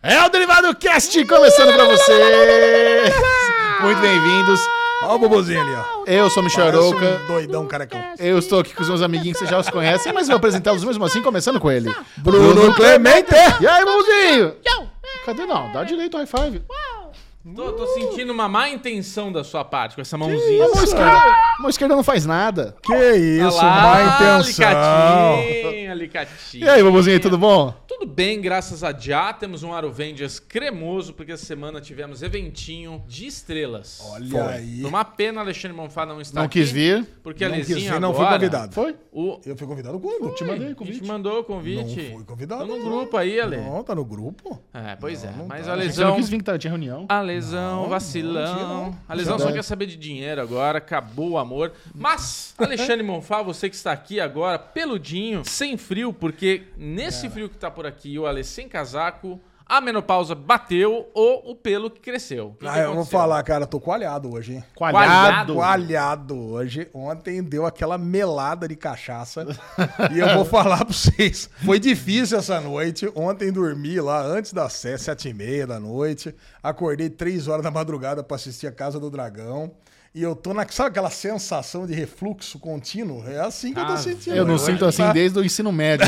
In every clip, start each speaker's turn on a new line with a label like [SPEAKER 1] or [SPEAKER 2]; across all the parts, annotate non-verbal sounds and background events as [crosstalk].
[SPEAKER 1] É o Derivado Cast começando pra vocês! [laughs] Muito bem-vindos.
[SPEAKER 2] Olha o bobozinho ali, ó.
[SPEAKER 1] Eu sou o Michel
[SPEAKER 2] Parece
[SPEAKER 1] Aroca.
[SPEAKER 2] um doidão carecão.
[SPEAKER 1] Eu estou aqui com os meus amiguinhos que vocês já os conhecem, mas vou apresentá-los mesmo assim, começando com ele.
[SPEAKER 2] Bruno Clemente!
[SPEAKER 1] E aí, irmãozinho? Cadê não? Dá direito ao high five.
[SPEAKER 3] Tô, tô sentindo uma má intenção da sua parte com essa mãozinha. Tá
[SPEAKER 1] A mão esquerda, a mão esquerda não faz nada.
[SPEAKER 2] Que isso, má intenção.
[SPEAKER 3] Alicatinho, alicatinho.
[SPEAKER 1] E aí, irmãozinho, tudo bom?
[SPEAKER 3] Tudo bem, graças a Já. Temos um Aro Vendias cremoso, porque essa semana tivemos eventinho de estrelas.
[SPEAKER 2] Olha
[SPEAKER 1] Foi.
[SPEAKER 2] aí.
[SPEAKER 3] Uma pena Alexandre Monfá não estar
[SPEAKER 1] Não quis
[SPEAKER 3] aqui,
[SPEAKER 1] vir.
[SPEAKER 3] Porque a
[SPEAKER 2] Não quis
[SPEAKER 3] Lizinha
[SPEAKER 2] vir,
[SPEAKER 3] agora...
[SPEAKER 2] não fui convidado.
[SPEAKER 1] Foi?
[SPEAKER 3] O...
[SPEAKER 2] Eu fui convidado quando?
[SPEAKER 1] Te mandei o
[SPEAKER 3] A gente
[SPEAKER 1] convite.
[SPEAKER 3] mandou o convite.
[SPEAKER 2] Não fui convidado,
[SPEAKER 3] Tá no
[SPEAKER 2] não.
[SPEAKER 3] grupo aí, Ale.
[SPEAKER 2] Não, tá no grupo?
[SPEAKER 3] É, pois é. Mas
[SPEAKER 2] tá.
[SPEAKER 1] Você não
[SPEAKER 3] a lesão...
[SPEAKER 1] quis vir, que tá- tinha reunião.
[SPEAKER 3] A lesão,
[SPEAKER 2] não, não
[SPEAKER 3] vacilão.
[SPEAKER 2] tinha, não.
[SPEAKER 3] A lesão só
[SPEAKER 1] Verdade.
[SPEAKER 3] quer saber de dinheiro agora, acabou o amor. Mas, Alexandre Monfá, você que está aqui agora, peludinho, sem frio, porque nesse
[SPEAKER 2] É.
[SPEAKER 3] frio que tá por aqui, e o Ale sem casaco, a menopausa bateu ou o pelo que cresceu. O que que
[SPEAKER 2] Ah, eu vou
[SPEAKER 3] aconteceu?
[SPEAKER 2] falar, cara, tô coalhado hoje, hein?
[SPEAKER 3] Coalhado.
[SPEAKER 2] Coalhado Tá hoje. Ontem deu aquela melada de cachaça. e eu vou falar pra vocês. Foi difícil essa noite. Ontem dormi lá antes das sete, sete e meia da noite. Acordei três horas da madrugada pra assistir a Casa do Dragão. E eu tô na. Sabe aquela sensação de refluxo contínuo? É assim que eu tô
[SPEAKER 3] Ah,
[SPEAKER 2] sentindo.
[SPEAKER 1] Eu não
[SPEAKER 2] hoje.
[SPEAKER 1] sinto assim
[SPEAKER 2] Tá-
[SPEAKER 1] desde o ensino médio.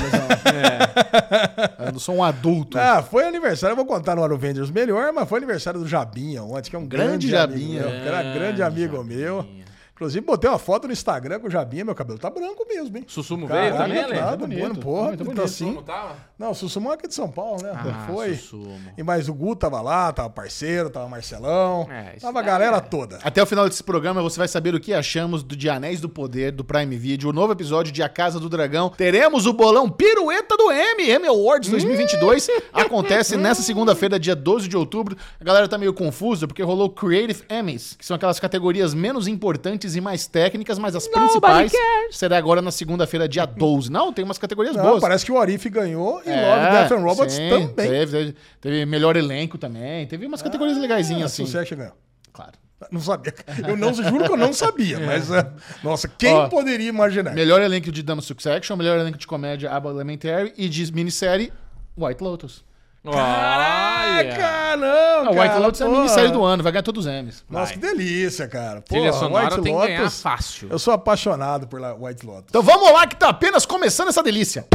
[SPEAKER 1] [laughs] É. Eu não sou um adulto.
[SPEAKER 2] Ah, foi aniversário, eu vou contar no Aro Vendors melhor, mas foi aniversário do Jabinha ontem, que é um
[SPEAKER 1] Grande
[SPEAKER 2] grande,
[SPEAKER 1] Jabinha.
[SPEAKER 2] amigo meu, que era grande
[SPEAKER 3] Grande
[SPEAKER 2] amigo
[SPEAKER 3] Jabinha.
[SPEAKER 2] meu. Inclusive, botei uma foto no Instagram com o Jabinha, meu cabelo tá branco mesmo, hein?
[SPEAKER 3] Sussumo veio
[SPEAKER 2] Caralho,
[SPEAKER 3] também, Ale?
[SPEAKER 2] tá,
[SPEAKER 1] Tá bonito,
[SPEAKER 2] bonito, porra,
[SPEAKER 1] tá
[SPEAKER 2] tá,
[SPEAKER 1] bonito.
[SPEAKER 2] assim.
[SPEAKER 3] Sussumo tava?
[SPEAKER 2] Não, o Sussumão é aqui de São Paulo, né?
[SPEAKER 3] Ah,
[SPEAKER 2] foi.
[SPEAKER 3] Sussumo.
[SPEAKER 2] E mais o Gu tava lá, tava parceiro, tava Marcelão,
[SPEAKER 3] É, isso
[SPEAKER 2] tava a
[SPEAKER 3] daí
[SPEAKER 2] galera
[SPEAKER 3] é.
[SPEAKER 2] toda.
[SPEAKER 1] Até o final desse programa você vai saber o que achamos do De Anéis do Poder, do Prime Video, o novo episódio de A Casa do Dragão. Teremos o bolão Pirueta do M, M Awards 2022.
[SPEAKER 2] Hum. [laughs]
[SPEAKER 1] Acontece nessa segunda-feira, dia 12 de outubro. A galera tá meio confusa porque rolou Creative Emmys, que são aquelas categorias menos importantes e mais técnicas, mas as principais será agora na segunda-feira,
[SPEAKER 2] [laughs]
[SPEAKER 1] dia 12. Não, tem umas categorias
[SPEAKER 2] Não,
[SPEAKER 1] boas. É,
[SPEAKER 2] parece que o Arif ganhou e Love, Death and Robots
[SPEAKER 1] sim,
[SPEAKER 2] também.
[SPEAKER 1] Teve, teve, teve melhor elenco também. Teve umas categorias
[SPEAKER 2] Ah,
[SPEAKER 1] legaisinhas, assim.
[SPEAKER 2] Sucesso ganhou.
[SPEAKER 1] Claro.
[SPEAKER 2] Não sabia. Eu não, juro que eu não
[SPEAKER 1] [laughs]
[SPEAKER 2] sabia, mas, eh, nossa, quem
[SPEAKER 1] É. Ó,
[SPEAKER 2] poderia imaginar?
[SPEAKER 1] Melhor elenco de Dama Succession, melhor elenco de comédia Abba Elementary e de minissérie White Lotus.
[SPEAKER 3] Olha!
[SPEAKER 2] Caraca, não,
[SPEAKER 1] A
[SPEAKER 2] cara,
[SPEAKER 1] White Lotus é a
[SPEAKER 2] pô.
[SPEAKER 1] minissérie do ano, vai ganhar todos os M's.
[SPEAKER 2] Nossa, que delícia, cara. Pô,
[SPEAKER 3] Trilha sonora
[SPEAKER 2] White
[SPEAKER 3] tem que ganhar
[SPEAKER 2] Lotus,
[SPEAKER 3] fácil.
[SPEAKER 2] Eu sou apaixonado por lá- White Lotus.
[SPEAKER 1] Então vamos lá que tá apenas começando essa delícia.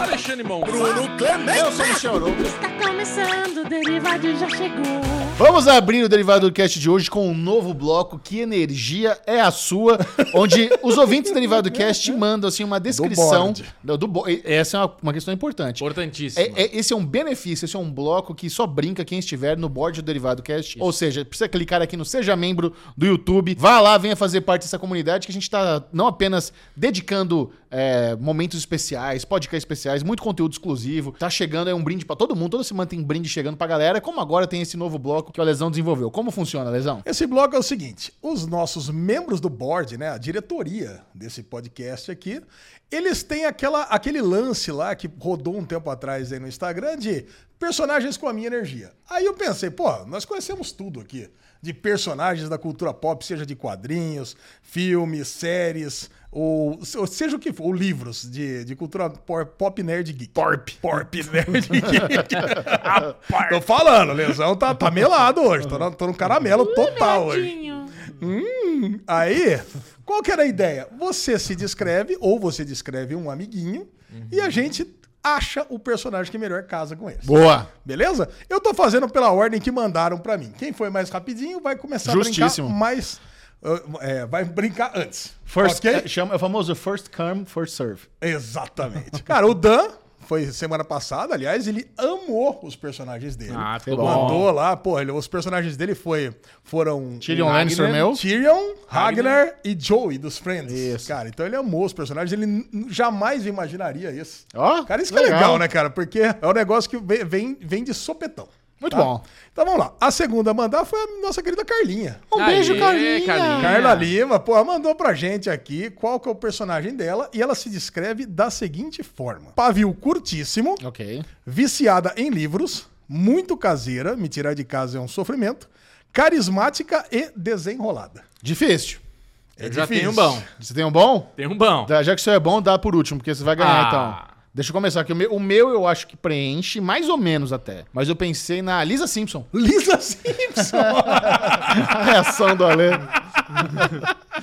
[SPEAKER 3] Alexandre Monfá.
[SPEAKER 1] Eu sou o Michel Arouca.
[SPEAKER 4] Está Tá começando, o Derivado já chegou.
[SPEAKER 1] Vamos abrir o Derivado do Cast de hoje com um novo bloco, Que Energia é a Sua, onde os ouvintes do Derivado Cast mandam assim, uma descrição...
[SPEAKER 2] board.
[SPEAKER 1] Do do bo- Essa é uma- uma questão importante.
[SPEAKER 3] Importantíssimo.
[SPEAKER 1] É, é- esse é um benefício, esse é um bloco que só brinca quem estiver no board do Derivado Cast. Ou seja, precisa clicar aqui no Seja Membro do YouTube. Vá lá, venha fazer parte dessa comunidade que a gente está não apenas dedicando é, momentos especiais, podcasts especiais, muito conteúdo exclusivo. Tá chegando aí um brinde pra todo mundo. Toda semana tem brinde chegando pra galera. Como agora tem esse novo bloco que o Lesão desenvolveu. Como funciona, Lesão?
[SPEAKER 2] Esse bloco é o seguinte: os nossos membros do board, né, a diretoria desse podcast aqui, eles têm aquela, aquele lance lá que rodou um tempo atrás aí no Instagram de personagens com a minha energia. Aí eu pensei, pô, nós conhecemos tudo aqui de personagens da cultura pop, seja de quadrinhos, filmes, séries, ou, ou seja o que for, ou livros de, de cultura por- pop nerd geek. Porp. Porp nerd geek. Ah, porp. tô falando, lesão tá, tá melado hoje, tô, no- tô no caramelo total hoje.
[SPEAKER 4] Tadinho.
[SPEAKER 2] Hum, aí, qual que era a ideia? Você se descreve, ou você descreve um amiguinho, e a gente acha o personagem que melhor casa com ele.
[SPEAKER 1] Boa!
[SPEAKER 2] Beleza? Eu tô fazendo pela ordem que mandaram pra mim. Quem foi mais rapidinho vai começar
[SPEAKER 1] Justíssimo.
[SPEAKER 2] a brincar mais. uh, é, vai brincar antes.
[SPEAKER 1] First,
[SPEAKER 2] Ok?
[SPEAKER 1] é, chama, é o famoso first come, first serve.
[SPEAKER 2] Exatamente. Cara, o Dan foi semana passada, aliás, ele amou os personagens dele.
[SPEAKER 3] Ah,
[SPEAKER 1] Foi
[SPEAKER 3] ficou
[SPEAKER 1] bom.
[SPEAKER 3] bom.
[SPEAKER 2] Mandou lá, pô, ele- os personagens dele foi, foram
[SPEAKER 1] Tyrion
[SPEAKER 2] Ragnar-
[SPEAKER 1] Lannister, meu.
[SPEAKER 2] Tyrion, Ragnar,
[SPEAKER 3] Ragnar.
[SPEAKER 2] e Joey dos Friends.
[SPEAKER 1] Isso.
[SPEAKER 2] Cara, então ele amou os personagens, ele n- jamais imaginaria isso.
[SPEAKER 1] Ó,
[SPEAKER 2] cara, isso que é
[SPEAKER 1] legal.
[SPEAKER 2] legal, né, cara? Porque é um negócio que vem, vem, vem de sopetão.
[SPEAKER 1] Muito
[SPEAKER 2] tá?
[SPEAKER 1] bom.
[SPEAKER 2] Então vamos lá. A segunda a mandar foi a nossa querida Carlinha.
[SPEAKER 1] Um
[SPEAKER 3] Aê,
[SPEAKER 1] beijo, Carlinha!
[SPEAKER 3] Carlinha.
[SPEAKER 2] Carla Lima, pô, ela mandou pra gente aqui qual que é o personagem dela e ela se descreve da seguinte forma: pavio curtíssimo,
[SPEAKER 1] Ok.
[SPEAKER 2] viciada em livros, muito caseira, me tirar de casa é um sofrimento, carismática e desenrolada.
[SPEAKER 1] Difícil.
[SPEAKER 2] É
[SPEAKER 3] Já tem um bom.
[SPEAKER 1] Você tem um bom?
[SPEAKER 3] Tem um bom.
[SPEAKER 1] Tá, Dá- Já que isso é bom, dá por último, porque você vai ganhar,
[SPEAKER 3] Ah,
[SPEAKER 1] Deixa eu começar aqui. O meu, o meu eu acho que preenche, mais ou menos até. Mas eu pensei na Lisa Simpson. [laughs]
[SPEAKER 2] Lisa Simpson!
[SPEAKER 1] A reação do Alê.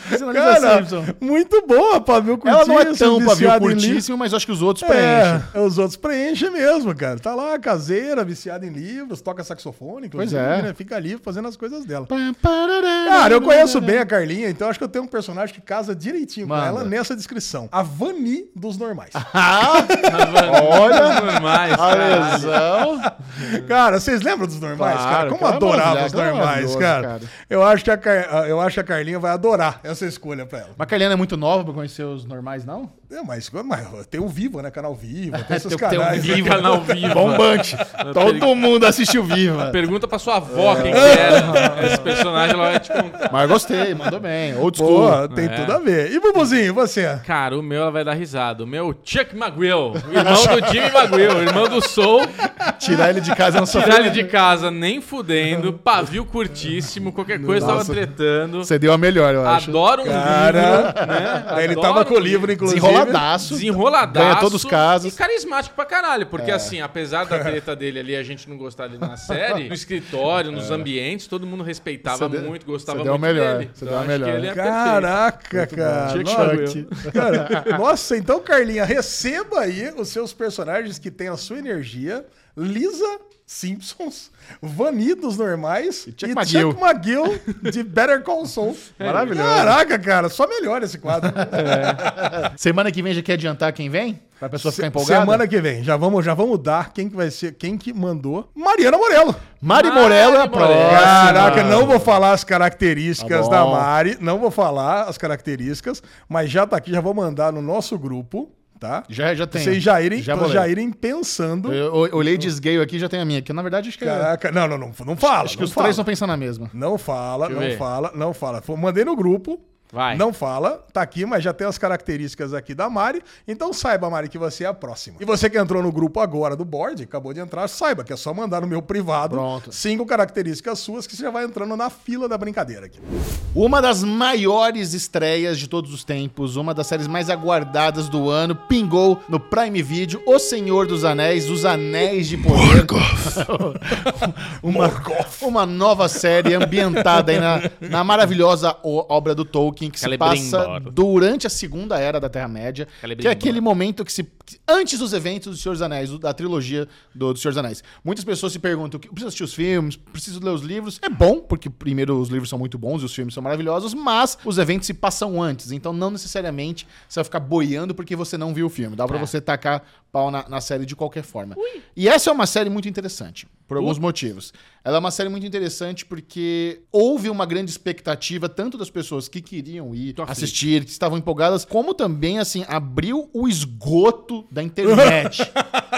[SPEAKER 1] Pensei na Lisa
[SPEAKER 2] Cara,
[SPEAKER 1] Simpson.
[SPEAKER 2] muito boa, Pavel Curtiço.
[SPEAKER 1] Ela não é tão pavio
[SPEAKER 2] viciada em livro.
[SPEAKER 1] curtíssimo, mas eu acho que os outros
[SPEAKER 2] [laughs]
[SPEAKER 1] preenchem.
[SPEAKER 2] É, os outros preenchem mesmo, cara. Tá lá, caseira, viciada em livros, toca saxofone, inclusive,
[SPEAKER 1] Pois é.
[SPEAKER 2] né? Fica ali fazendo as coisas dela.
[SPEAKER 1] Cara,
[SPEAKER 2] Cara, eu conheço bem a Carlinha, então acho que eu tenho um personagem que casa direitinho
[SPEAKER 1] Manda.
[SPEAKER 2] com ela nessa descrição. A Vani
[SPEAKER 1] [laughs]
[SPEAKER 2] dos normais.
[SPEAKER 1] Ah,
[SPEAKER 3] Olha, normais,
[SPEAKER 1] a
[SPEAKER 3] cara.
[SPEAKER 1] lesão.
[SPEAKER 2] cara, vocês lembram dos normais, cara?
[SPEAKER 1] Claro,
[SPEAKER 2] Como
[SPEAKER 1] cara,
[SPEAKER 2] adorava os
[SPEAKER 1] maravilhoso,
[SPEAKER 2] normais,
[SPEAKER 1] maravilhoso,
[SPEAKER 2] cara.
[SPEAKER 1] é cara.
[SPEAKER 2] Eu, acho que a Car- eu acho que a Carlinha vai adorar essa escolha pra ela.
[SPEAKER 1] Mas a Kalena é muito nova pra conhecer os normais, não?
[SPEAKER 2] É, mas, mas tem o Viva, né? Canal Viva, tem esses
[SPEAKER 1] [laughs] Tem- tem o
[SPEAKER 2] canais. né?
[SPEAKER 3] Viva não viva.
[SPEAKER 1] Bombante. [laughs] Todo mundo assistiu Viva.
[SPEAKER 3] Pergunta pra sua
[SPEAKER 2] É.
[SPEAKER 3] avó quem que era. Esse personagem ela vai te contar.
[SPEAKER 1] Mas gostei, mandou bem. Old school.
[SPEAKER 2] Pô, tem
[SPEAKER 1] né?
[SPEAKER 2] tudo a ver. E Bubuzinho, você?
[SPEAKER 3] Cara, o meu ela vai dar risada. O meu Chuck McGrill. o Irmão do Jimmy McGrill. Irmão do Soul.
[SPEAKER 1] Tirar ele de casa não
[SPEAKER 2] Tá
[SPEAKER 3] Tirar ele de casa nem fudendo. Pavio curtíssimo. Qualquer coisa tava
[SPEAKER 1] Nossa.
[SPEAKER 3] tretando.
[SPEAKER 1] Você deu a melhor, eu acho.
[SPEAKER 3] Adoro um
[SPEAKER 2] Cara,
[SPEAKER 3] livro, né?
[SPEAKER 2] Ele
[SPEAKER 3] Adoro
[SPEAKER 2] tava com o
[SPEAKER 3] um
[SPEAKER 2] livro, inclusive.
[SPEAKER 1] Desenroladaço.
[SPEAKER 3] Desenroladaço.
[SPEAKER 1] Ganha todos os casos. É.
[SPEAKER 3] E carismático pra caralho. Porque, assim, apesar da treta dele ali, a gente não gostar dele
[SPEAKER 1] [laughs]
[SPEAKER 3] na série, no escritório, nos ambientes, todo mundo
[SPEAKER 1] É.
[SPEAKER 3] respeitava
[SPEAKER 1] Você deu-
[SPEAKER 3] muito, gostava
[SPEAKER 1] você deu a
[SPEAKER 3] muito
[SPEAKER 1] melhor,
[SPEAKER 3] dele.
[SPEAKER 1] você deu a
[SPEAKER 3] acho que
[SPEAKER 1] melhor.
[SPEAKER 3] ele é perfeito.
[SPEAKER 2] Caraca, cara.
[SPEAKER 1] Tinha que
[SPEAKER 2] Nossa,
[SPEAKER 1] chamar
[SPEAKER 3] eu.
[SPEAKER 1] aqui.
[SPEAKER 2] cara. Nossa, então, Carlinha, receba aí os seus personagens que têm a sua energia. Lisa Simpsons, Vani dos normais e
[SPEAKER 1] Chuck McGill.
[SPEAKER 2] Chuck McGill de Better Call Saul.
[SPEAKER 1] [laughs] Maravilhoso.
[SPEAKER 2] Caraca, cara, só melhora
[SPEAKER 1] [laughs]
[SPEAKER 2] esse quadro.
[SPEAKER 1] Semana que vem já quer adiantar quem vem? Pra pessoa ficar empolgada?
[SPEAKER 2] Semana que vem, já vamos, já vamos dar quem que vai ser, quem que mandou. Mariana Morello.
[SPEAKER 1] Mari Ah, Morello é a
[SPEAKER 3] Mari Morello.
[SPEAKER 1] próxima.
[SPEAKER 2] Caraca, não vou falar as características
[SPEAKER 1] Tá bom.
[SPEAKER 2] da Mari, não vou falar as características, mas já tá aqui, já vou mandar no nosso grupo, tá?
[SPEAKER 1] Já, já tem.
[SPEAKER 2] Vocês já irem,
[SPEAKER 1] Já, vou
[SPEAKER 2] já
[SPEAKER 1] ler. É.
[SPEAKER 2] irem pensando.
[SPEAKER 1] Eu eu olhei desgueio aqui já tem a minha. Que na verdade acho que, é-
[SPEAKER 2] Caraca, então tá. não, não, não, não fala.
[SPEAKER 1] acho que
[SPEAKER 2] não
[SPEAKER 1] os
[SPEAKER 2] fala.
[SPEAKER 1] três estão pensando na mesma.
[SPEAKER 2] Não fala,
[SPEAKER 3] eu
[SPEAKER 2] não
[SPEAKER 3] ver.
[SPEAKER 2] fala, não fala. Foi- Mandei no grupo.
[SPEAKER 3] Vai.
[SPEAKER 2] Não fala, tá aqui, mas já tem as características aqui da Mari. Então saiba, Mari, que você é a próxima. E você que entrou no grupo agora do board, acabou de entrar, saiba que é só mandar no meu privado
[SPEAKER 1] Pronto.
[SPEAKER 2] cinco características suas que você já vai entrando na fila da brincadeira aqui.
[SPEAKER 1] Uma das maiores estreias de todos os tempos, uma das séries mais aguardadas do ano, pingou no Prime Video O Senhor dos Anéis, Os Anéis de Poder. [laughs] uma, uma nova série ambientada aí na, na maravilhosa o- obra do Tolkien, que se
[SPEAKER 3] Celebrimbor.
[SPEAKER 1] passa durante a Segunda Era da Terra-média, que é
[SPEAKER 3] Celebrimbor.
[SPEAKER 1] aquele momento que se. que- Antes dos eventos do Senhor dos Anéis, do- da trilogia do, do Senhor dos Anéis. Muitas pessoas se perguntam: "Eu preciso assistir os filmes, preciso ler os livros. É bom, porque primeiro os livros são muito bons e os filmes são maravilhosos, mas os eventos se passam antes. Então não necessariamente você vai ficar boiando porque você não viu o filme.
[SPEAKER 3] É.
[SPEAKER 1] Dá pra você tacar pau na, na série de qualquer forma. E essa é uma série muito interessante, por alguns motivos. Ela é uma série muito interessante porque houve uma grande expectativa, tanto das pessoas que queriam ir
[SPEAKER 3] Tô aflito.
[SPEAKER 1] assistir assistir, que estavam empolgadas, como também, assim, abriu o esgoto da
[SPEAKER 3] [laughs]
[SPEAKER 1] internet.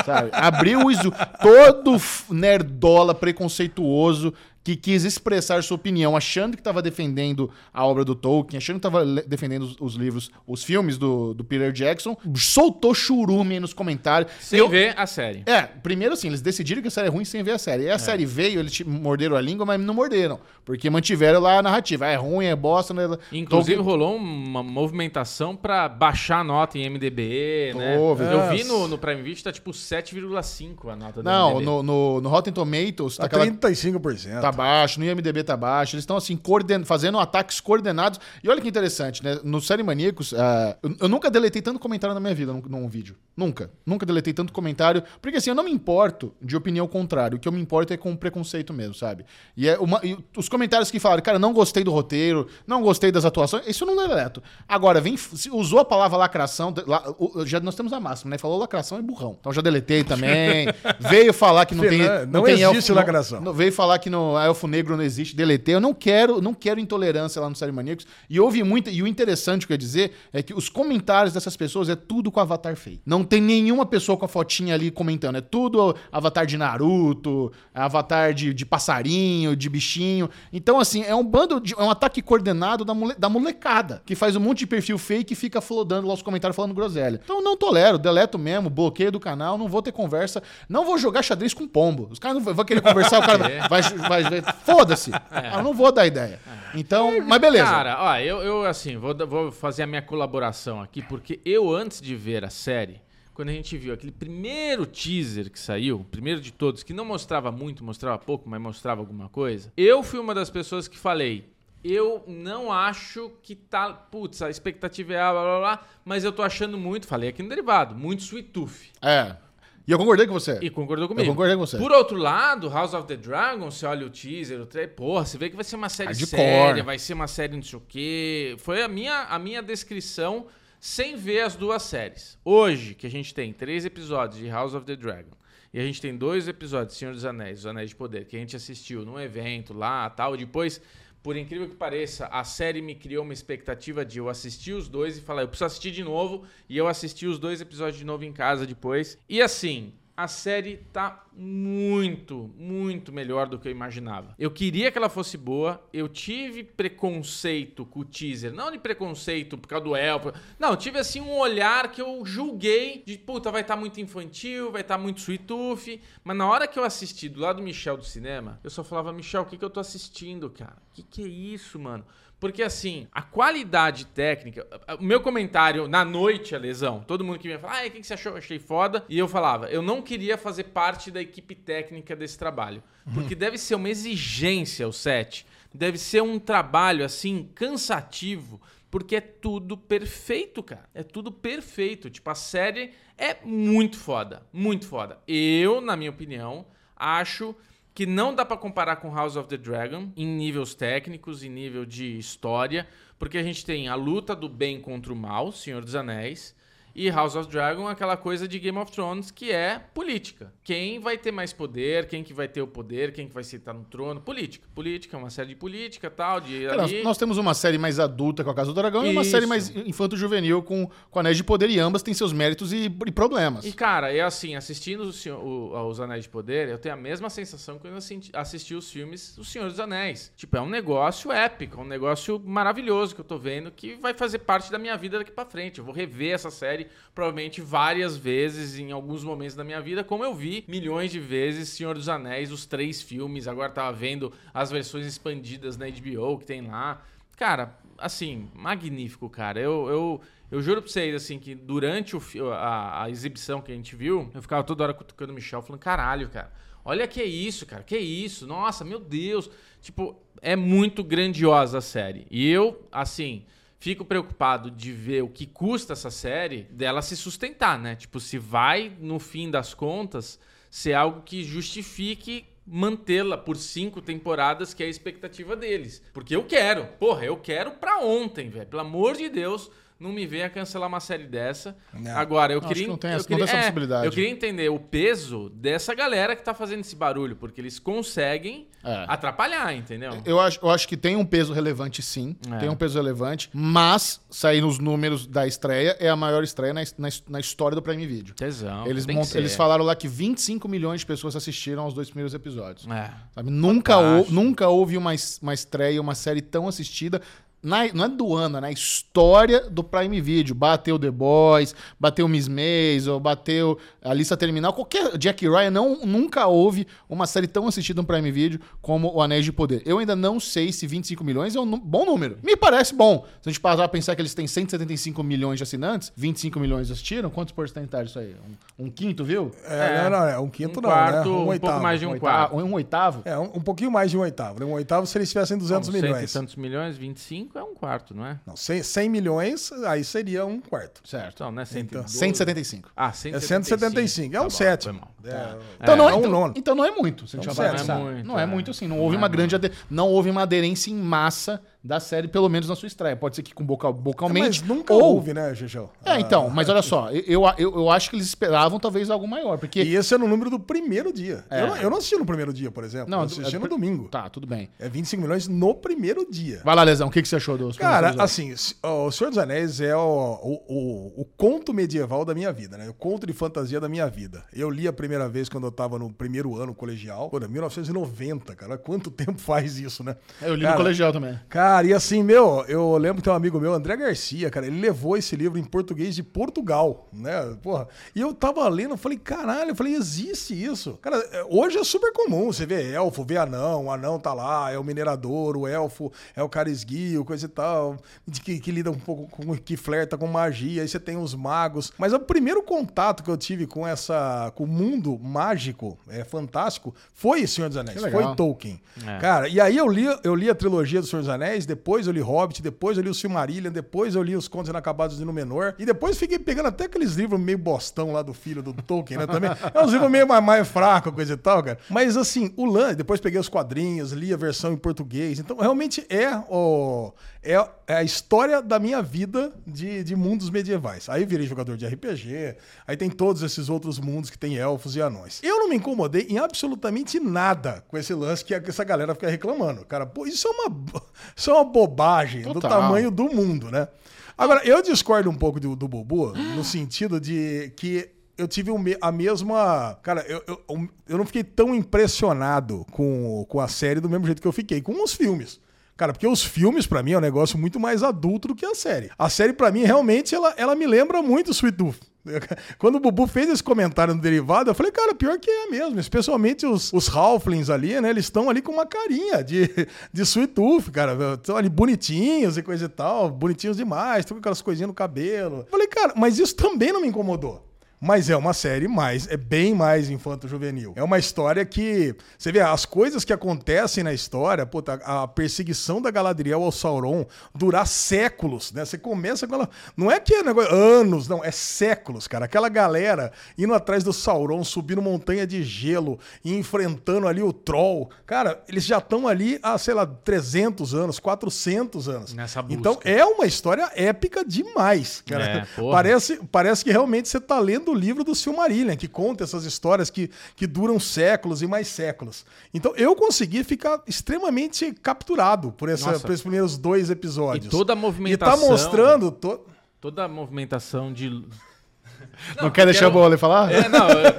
[SPEAKER 1] sabe? Abriu o esgoto. Todo f- nerdola preconceituoso que quis expressar sua opinião, achando que estava defendendo a obra do Tolkien, achando que estava le- defendendo os, os livros, os filmes do, do Peter Jackson, soltou churume aí nos comentários.
[SPEAKER 3] Sem
[SPEAKER 1] Eu-
[SPEAKER 3] ver a série.
[SPEAKER 1] é, primeiro assim, eles decidiram que a série é ruim sem ver a série. E a série veio, eles te- morderam a língua, mas não morderam. Porque mantiveram lá a narrativa. Ah, É ruim, é bosta. Né?
[SPEAKER 3] Inclusive
[SPEAKER 1] Tolkien-
[SPEAKER 3] rolou uma movimentação pra baixar a nota em MDB, né?
[SPEAKER 1] Houve.
[SPEAKER 3] Eu vi no, no Prime Video, tá tipo 7,5 a nota do
[SPEAKER 1] Não,
[SPEAKER 3] IMDb.
[SPEAKER 1] no, no, no Rotten Tomatoes tá,
[SPEAKER 2] Tá
[SPEAKER 1] aquela-
[SPEAKER 2] 35%.
[SPEAKER 1] tá baixo, no IMDB tá baixo. Eles estão assim, coorden... fazendo ataques coordenados. E olha que interessante, né? No Série Maníacos, ah, eu, eu nunca deletei tanto comentário na minha vida num, num vídeo. Nunca. Nunca deletei tanto comentário. Porque assim, eu não me importo de opinião contrária. O que eu me importo é com preconceito mesmo, sabe? E, é uma- e os comentários que falaram, cara, não gostei do roteiro, não gostei das atuações, isso eu não deleto. Agora, vem, se usou a palavra lacração, de- la- o- já nós temos a máxima, né? Falou lacração é burrão. Então já deletei também. veio falar que não
[SPEAKER 2] Fernando,
[SPEAKER 1] tem.
[SPEAKER 2] não
[SPEAKER 1] tem
[SPEAKER 2] existe
[SPEAKER 1] elfo-
[SPEAKER 2] lacração.
[SPEAKER 1] não- não- veio falar que no Elfo Negro não existe, deletei. Eu não quero, não quero intolerância lá no Série Maníacos. E houve muita. E o interessante que eu ia dizer é que os comentários dessas pessoas é tudo com avatar feio. Não tem nenhuma pessoa com a fotinha ali comentando. É tudo avatar de Naruto, avatar de, de passarinho, de bichinho. Então, assim, é um bando de. É um ataque coordenado da, mole- da molecada, que faz um monte de perfil fake e fica flodando lá os comentários falando groselha. Então, eu não tolero, deleto mesmo, bloqueio do canal, não vou ter conversa, não vou jogar xadrez com pombo. Os caras não vão vão querer conversar, o cara
[SPEAKER 3] [laughs] É.
[SPEAKER 1] vai- vai. vai, vai Foda-se. Eu não vou dar ideia. Então, mas beleza.
[SPEAKER 3] É, Cara, ó, eu, eu assim, vou, da- vou fazer a minha colaboração aqui, porque eu, antes de ver a série, quando a gente viu aquele primeiro teaser que saiu, o primeiro de todos, que não mostrava muito, mostrava pouco, mas mostrava alguma coisa, eu fui uma das pessoas que falei. Eu não acho que tá. Putz, a expectativa é A, blá blá blá, mas eu tô achando muito, falei aqui no derivado, muito sweet tooth.
[SPEAKER 1] É. E eu concordei com você.
[SPEAKER 3] E concordou comigo.
[SPEAKER 1] concordei com você.
[SPEAKER 3] Por outro lado, House of the Dragon, você olha o teaser, o trailer, porra, você vê que vai ser uma série
[SPEAKER 1] Hardcore.
[SPEAKER 3] séria, vai ser uma série não sei o quê. Foi a minha, a minha descrição sem ver as duas séries. Hoje, que a gente tem três episódios de House of the Dragon, e a gente tem dois episódios de Senhor dos Anéis, Os Anéis de Poder, que a gente assistiu num evento lá tal, e depois... Por incrível que pareça, a série me criou uma expectativa de eu assistir os dois e falar, eu preciso assistir de novo, e eu assisti os dois episódios de novo em casa depois. E assim, a série tá muito, muito melhor do que eu imaginava. Eu queria que ela fosse boa, eu tive preconceito com o teaser. Não de preconceito por causa do elfo. Não, eu tive assim um olhar que eu julguei de puta, vai estar muito infantil, vai estar muito sweet tooth. Mas na hora que eu assisti do lado do Michel do cinema, eu só falava, Michel, o que, que eu tô assistindo, cara? O que, que é isso, mano? Porque assim, a qualidade técnica. O meu comentário na noite, a lesão, todo mundo que vinha falar, ah, o que que você achou? Achei foda. E eu falava, eu não queria fazer parte da equipe técnica desse trabalho. Porque deve ser uma exigência o set. Deve ser um trabalho, assim, cansativo. Porque é tudo perfeito, cara. É tudo perfeito. Tipo, a série é muito foda. Muito foda. Eu, na minha opinião, acho que não dá pra comparar com House of the Dragon em níveis técnicos, em nível de história, porque a gente tem a luta do bem contra o mal, Senhor dos Anéis, e House of Dragon, aquela coisa de Game of Thrones que é política. Quem vai ter mais poder, quem que vai ter o poder, quem que vai sentar no trono, política. Política, uma série de política, tal, de
[SPEAKER 1] Cara, nós,
[SPEAKER 3] ali.
[SPEAKER 1] nós temos uma série mais adulta com a Casa do Dragão e uma
[SPEAKER 3] Isso.
[SPEAKER 1] série mais infanto-juvenil com, com Anéis de Poder e ambas têm seus méritos e, e problemas.
[SPEAKER 3] E, cara, é assim, assistindo o Senhor- o- Os Anéis de Poder, eu tenho a mesma sensação quando eu assisti- assisti os filmes do Senhor dos Anéis. Tipo, é um negócio épico, é um negócio maravilhoso que eu tô vendo, que vai fazer parte da minha vida daqui pra frente. Eu vou rever essa série, provavelmente, várias vezes, em alguns momentos da minha vida, como eu vi milhões de vezes Senhor dos Anéis, os três filmes. Agora tava vendo as versões expandidas na HBO que tem lá. Cara, assim, magnífico, cara. Eu, eu, eu juro pra vocês, assim, que durante o, fi- a, a exibição que a gente viu, eu ficava toda hora cutucando o Michel, falando, caralho, cara, olha que é isso, cara, que isso, nossa, meu Deus. Tipo, é muito grandiosa a série. E eu, assim, fico preocupado de ver o que custa essa série dela se sustentar, né? Tipo, se vai, no fim das contas, ser algo que justifique mantê-la por cinco temporadas, que é a expectativa deles. Porque eu quero, porra, eu quero pra ontem, velho. Pelo amor de Deus, não me venha cancelar uma série dessa.
[SPEAKER 2] Não.
[SPEAKER 3] Agora, eu
[SPEAKER 1] Não, acho
[SPEAKER 3] queria.
[SPEAKER 1] que não tem
[SPEAKER 3] eu
[SPEAKER 1] essa- não tem
[SPEAKER 3] queria-
[SPEAKER 1] essa
[SPEAKER 3] é,
[SPEAKER 1] possibilidade.
[SPEAKER 3] Eu queria entender o peso dessa galera que tá fazendo esse barulho, porque eles conseguem
[SPEAKER 1] É.
[SPEAKER 3] atrapalhar, entendeu?
[SPEAKER 1] Eu acho, eu acho que tem um peso relevante, sim.
[SPEAKER 3] É.
[SPEAKER 1] Tem um peso relevante. Mas, sair nos números da estreia, é a maior estreia na, na- na história do Prime Video.
[SPEAKER 3] Tesão.
[SPEAKER 1] eles,
[SPEAKER 3] tem
[SPEAKER 1] mont-
[SPEAKER 3] que ser.
[SPEAKER 1] eles falaram lá que 25 milhões de pessoas assistiram aos dois primeiros episódios.
[SPEAKER 3] É.
[SPEAKER 1] Sabe? Nunca, hou-
[SPEAKER 3] Fantástico.
[SPEAKER 1] nunca houve uma, es- uma estreia, uma série tão assistida. na- não é do ano, é na história do Prime Video. Bateu The Boys, bateu Miss Maisel, bateu a lista terminal. Qualquer Jack Ryan, não, nunca houve uma série tão assistida no Prime Video como O Anéis de Poder. Eu ainda não sei se 25 milhões é um nu- bom número. Me parece bom. Se a gente passar a pensar que eles têm 175 milhões de assinantes, 25 milhões assistiram, quantos porcentagens isso aí? Um, um quinto, viu?
[SPEAKER 2] É,
[SPEAKER 3] É.
[SPEAKER 2] Não, não, é um quinto
[SPEAKER 3] Um
[SPEAKER 2] não,
[SPEAKER 3] quarto,
[SPEAKER 2] né?
[SPEAKER 3] um pouco mais de um quarto.
[SPEAKER 1] Um oitavo?
[SPEAKER 2] É, um, um pouquinho mais de um oitavo. né? Um oitavo se eles tivessem 200
[SPEAKER 3] Como
[SPEAKER 2] milhões.
[SPEAKER 3] Cento e tantos milhões, 25 é um quarto, não é?
[SPEAKER 2] Não, 100, 100 milhões, aí seria um quarto.
[SPEAKER 1] Certo.
[SPEAKER 3] Então, né? 112.
[SPEAKER 1] 175.
[SPEAKER 3] Ah,
[SPEAKER 2] É
[SPEAKER 3] 175.
[SPEAKER 2] 175, é
[SPEAKER 3] Tá
[SPEAKER 2] um
[SPEAKER 3] bom,
[SPEAKER 2] sétimo.
[SPEAKER 3] foi mal. Tá.
[SPEAKER 2] É,
[SPEAKER 1] Então, não, é,
[SPEAKER 2] um
[SPEAKER 1] então,
[SPEAKER 2] nono.
[SPEAKER 1] então não é muito. Se a gente
[SPEAKER 2] Então,
[SPEAKER 1] vai
[SPEAKER 2] certo.
[SPEAKER 1] pensar.
[SPEAKER 3] Não é muito,
[SPEAKER 1] não é
[SPEAKER 3] é.
[SPEAKER 1] muito, assim. Não
[SPEAKER 3] Não
[SPEAKER 1] houve
[SPEAKER 3] é
[SPEAKER 1] uma grande ade- não houve uma aderência em massa da série, pelo menos na sua estreia. Pode ser que com boca,
[SPEAKER 2] Mas
[SPEAKER 1] bocalmente.
[SPEAKER 2] nunca
[SPEAKER 1] ou-
[SPEAKER 2] houve, né, Jejão?
[SPEAKER 1] É, então, mas olha só, eu, eu, eu acho que eles esperavam talvez algo maior, porque.
[SPEAKER 2] E esse era o número do primeiro dia.
[SPEAKER 1] É.
[SPEAKER 2] Eu, não- eu não assisti no primeiro dia, por exemplo.
[SPEAKER 1] Não,
[SPEAKER 2] eu assisti
[SPEAKER 1] é-
[SPEAKER 2] no domingo.
[SPEAKER 1] Tá, tudo bem.
[SPEAKER 2] É 25 milhões no primeiro dia.
[SPEAKER 1] Vai lá, Lesão, o que, que você achou dos
[SPEAKER 2] Cara,
[SPEAKER 1] primeiros
[SPEAKER 2] assim, se- ó, O Senhor dos Anéis é o, o, o- o conto medieval da minha vida, né? O conto de fantasia da minha vida. Eu li a primeira primeira vez quando eu tava no primeiro ano colegial. Pô, 1990, cara. olha Quanto [laughs] tempo faz isso, né?
[SPEAKER 1] É, Eu li
[SPEAKER 2] Cara,
[SPEAKER 1] no colegial também.
[SPEAKER 2] Cara, e assim, meu, eu lembro que tem um amigo meu, André Garcia, cara, ele levou esse livro em português de Portugal, né? Porra. E eu tava lendo, eu falei, caralho, eu falei, existe isso. Cara, é, hoje é super comum você vê elfo, vê anão, o anão tá lá, é o minerador, o elfo é o cara esguio, coisa e tal, de que, que lida um pouco com, que flerta com magia, aí você tem os magos. Mas o primeiro contato que eu tive com essa, com o mundo mágico, é fantástico, foi Senhor dos Anéis,
[SPEAKER 1] Que legal.
[SPEAKER 2] foi Tolkien.
[SPEAKER 3] É.
[SPEAKER 2] Cara, e aí eu li, eu li a trilogia do Senhor dos Anéis, depois eu li Hobbit, depois eu li o Silmarillion, depois eu li os Contos Inacabados de Númenor, e depois fiquei pegando até aqueles livros meio bostão lá do filho do Tolkien, né, também. É uns livros meio mais, mais fraco, coisa e tal, cara. Mas assim, o lance, depois peguei os quadrinhos, li a versão em português, então realmente é o... É é a história da minha vida de, de mundos medievais. Aí virei jogador de RPG, aí tem todos esses outros mundos que tem elfos e anões. Eu não me incomodei em absolutamente nada com esse lance que essa galera fica reclamando. Cara, pô, isso é uma, [laughs] bo- isso é uma bobagem do
[SPEAKER 1] Total.
[SPEAKER 2] tamanho do mundo, né? Agora, eu discordo um pouco do, do Bubu no sentido de que eu tive o me- a mesma. Cara, eu, eu, eu- eu não fiquei tão impressionado com, com a série do mesmo jeito que eu fiquei com os filmes. Cara, porque os filmes, pra mim, é um negócio muito mais adulto do que a série. A série, pra mim, realmente, ela, ela me lembra muito Sweet Tooth. [laughs] Quando o Bubu fez esse comentário no derivado, eu falei, cara, pior que é mesmo. Especialmente os, os Halflings ali, né? Eles estão ali com uma carinha de, de Sweet Tooth, cara. Estão ali bonitinhos e coisa e tal. Bonitinhos demais, estão com aquelas coisinhas no cabelo. Eu falei, cara, mas isso também não me incomodou. Mas é uma série mais, é bem mais infanto-juvenil. É uma história que. Você vê, as coisas que acontecem na história, puta, a perseguição da Galadriel ao Sauron durar séculos, né? Você começa com ela. Não é que é negócio. anos, não, é séculos, cara. Aquela galera indo atrás do Sauron, subindo montanha de gelo e enfrentando ali o Troll. Cara, eles já estão ali há, sei lá, 300 anos, 400 anos.
[SPEAKER 3] Nessa
[SPEAKER 2] Então
[SPEAKER 3] busca.
[SPEAKER 2] é uma história épica demais, cara. [laughs]
[SPEAKER 3] É,
[SPEAKER 2] Parece
[SPEAKER 3] porra.
[SPEAKER 2] parece, parece que realmente você está lendo o livro do Silmarillion, que conta essas histórias que, que duram séculos e mais séculos. Então eu consegui ficar extremamente capturado por, essa,
[SPEAKER 3] Nossa.
[SPEAKER 2] por esses primeiros dois episódios.
[SPEAKER 3] E toda a
[SPEAKER 2] E
[SPEAKER 3] movimentação-
[SPEAKER 2] tá mostrando. to-
[SPEAKER 3] Toda a movimentação de. Não,
[SPEAKER 1] Não, quer deixar o Bolê falar?
[SPEAKER 3] É, não, eu,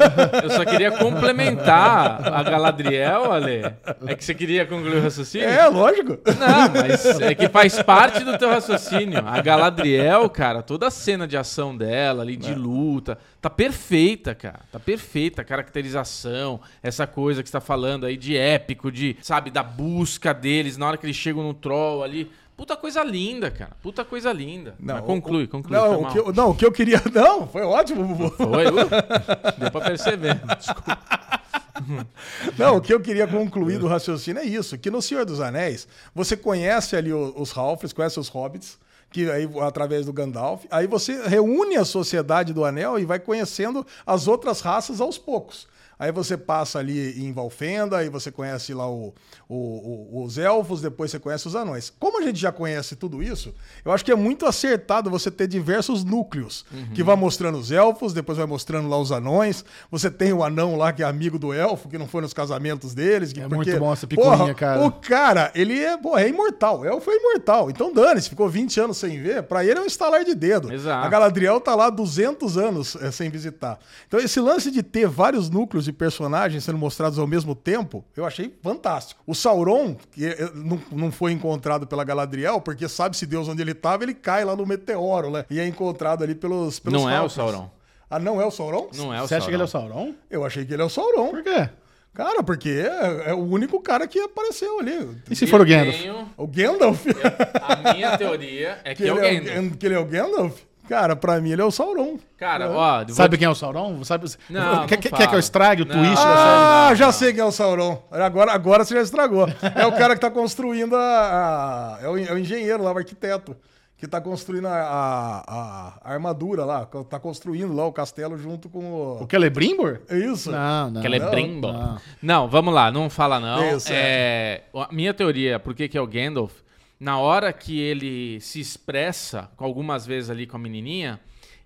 [SPEAKER 3] eu só queria complementar a Galadriel, Ale. É que você queria concluir o raciocínio?
[SPEAKER 2] É, lógico.
[SPEAKER 3] Não, mas é que faz parte do teu raciocínio. A Galadriel, cara, toda a cena de ação dela ali,
[SPEAKER 2] É.
[SPEAKER 3] de luta, tá perfeita, cara. Tá perfeita a caracterização, essa coisa que você tá falando aí de épico, de, sabe, da busca deles na hora que eles chegam no troll ali. Puta coisa linda, cara. Puta coisa linda. Mas conclui,
[SPEAKER 2] o-
[SPEAKER 3] conclui.
[SPEAKER 2] Não
[SPEAKER 3] foi
[SPEAKER 2] o,
[SPEAKER 3] mal.
[SPEAKER 2] que eu, não, o que eu queria. [laughs] Não, foi ótimo, Bubu.
[SPEAKER 3] Foi, uh, deu pra
[SPEAKER 2] [laughs]
[SPEAKER 3] perceber. Desculpa.
[SPEAKER 2] Não, o que eu queria concluir do raciocínio é isso: que no Senhor dos Anéis, você conhece ali o- os Halflings, conhece os hobbits, que aí através do Gandalf, aí você reúne a sociedade do Anel e vai conhecendo as outras raças aos poucos. Aí você passa ali em Valfenda, aí você conhece lá o- o- o- os elfos, depois você conhece os anões. Como a gente já conhece tudo isso, eu acho que é muito acertado você ter diversos núcleos, que vai mostrando os elfos, depois vai mostrando lá os anões. Você tem o anão lá que é amigo do elfo, que não foi nos casamentos deles. que-
[SPEAKER 1] É
[SPEAKER 2] porque-
[SPEAKER 1] muito bom essa picuinha,
[SPEAKER 2] Porra,
[SPEAKER 1] cara.
[SPEAKER 2] O cara, ele é, porra, é imortal. O elfo é imortal. Então dane-se, ficou 20 anos sem ver. Pra ele é um estalar de dedo.
[SPEAKER 3] Exato.
[SPEAKER 2] A Galadriel tá lá 200 anos é, sem visitar. Então esse lance de ter vários núcleos de personagens sendo mostrados ao mesmo tempo, eu achei fantástico. O Sauron, que é, não, não foi encontrado pela Galadriel, porque sabe-se Deus onde ele tava, ele cai lá no meteoro, né? E é encontrado ali pelos, pelos
[SPEAKER 3] Não é o
[SPEAKER 2] Halflings.
[SPEAKER 3] Sauron.
[SPEAKER 2] Ah, não é o Sauron?
[SPEAKER 3] Não é o
[SPEAKER 1] Você acha que ele é o
[SPEAKER 3] Sauron.
[SPEAKER 1] Sauron?
[SPEAKER 2] Eu achei que ele é o Sauron.
[SPEAKER 1] Por quê?
[SPEAKER 2] Cara, porque é, é o único cara que apareceu ali.
[SPEAKER 1] E se for o Gandalf?
[SPEAKER 3] Tenho-
[SPEAKER 2] O Gandalf?
[SPEAKER 3] A minha teoria
[SPEAKER 2] [laughs]
[SPEAKER 3] é que, é o
[SPEAKER 2] ele Gan-
[SPEAKER 3] Gandalf.
[SPEAKER 2] [laughs] que ele é o Gandalf? Cara, pra mim ele é o Sauron.
[SPEAKER 3] Cara, ó, vou
[SPEAKER 1] Sabe quem é o Sauron? Sabe...
[SPEAKER 3] Não,
[SPEAKER 1] quer,
[SPEAKER 3] não
[SPEAKER 1] quer-
[SPEAKER 3] fala.
[SPEAKER 1] quer que eu estrague o
[SPEAKER 3] Não.
[SPEAKER 1] twist?
[SPEAKER 2] Ah,
[SPEAKER 3] não,
[SPEAKER 2] já
[SPEAKER 3] não.
[SPEAKER 2] sei quem é o Sauron. Agora, agora você já estragou. É o cara que tá construindo a. a- é, o, é o engenheiro lá, o arquiteto. Que tá construindo a, a- a- a armadura lá. que Tá construindo lá o castelo junto com o.
[SPEAKER 1] O Celebrimbor?
[SPEAKER 2] É isso?
[SPEAKER 1] Não, não.
[SPEAKER 3] Que ela é
[SPEAKER 2] Não,
[SPEAKER 3] brimbo.
[SPEAKER 1] não.
[SPEAKER 3] Não. vamos lá, não fala não.
[SPEAKER 2] Isso,
[SPEAKER 3] é, a minha teoria, por que que é o Gandalf? Na hora que ele se expressa, com algumas vezes ali com a menininha,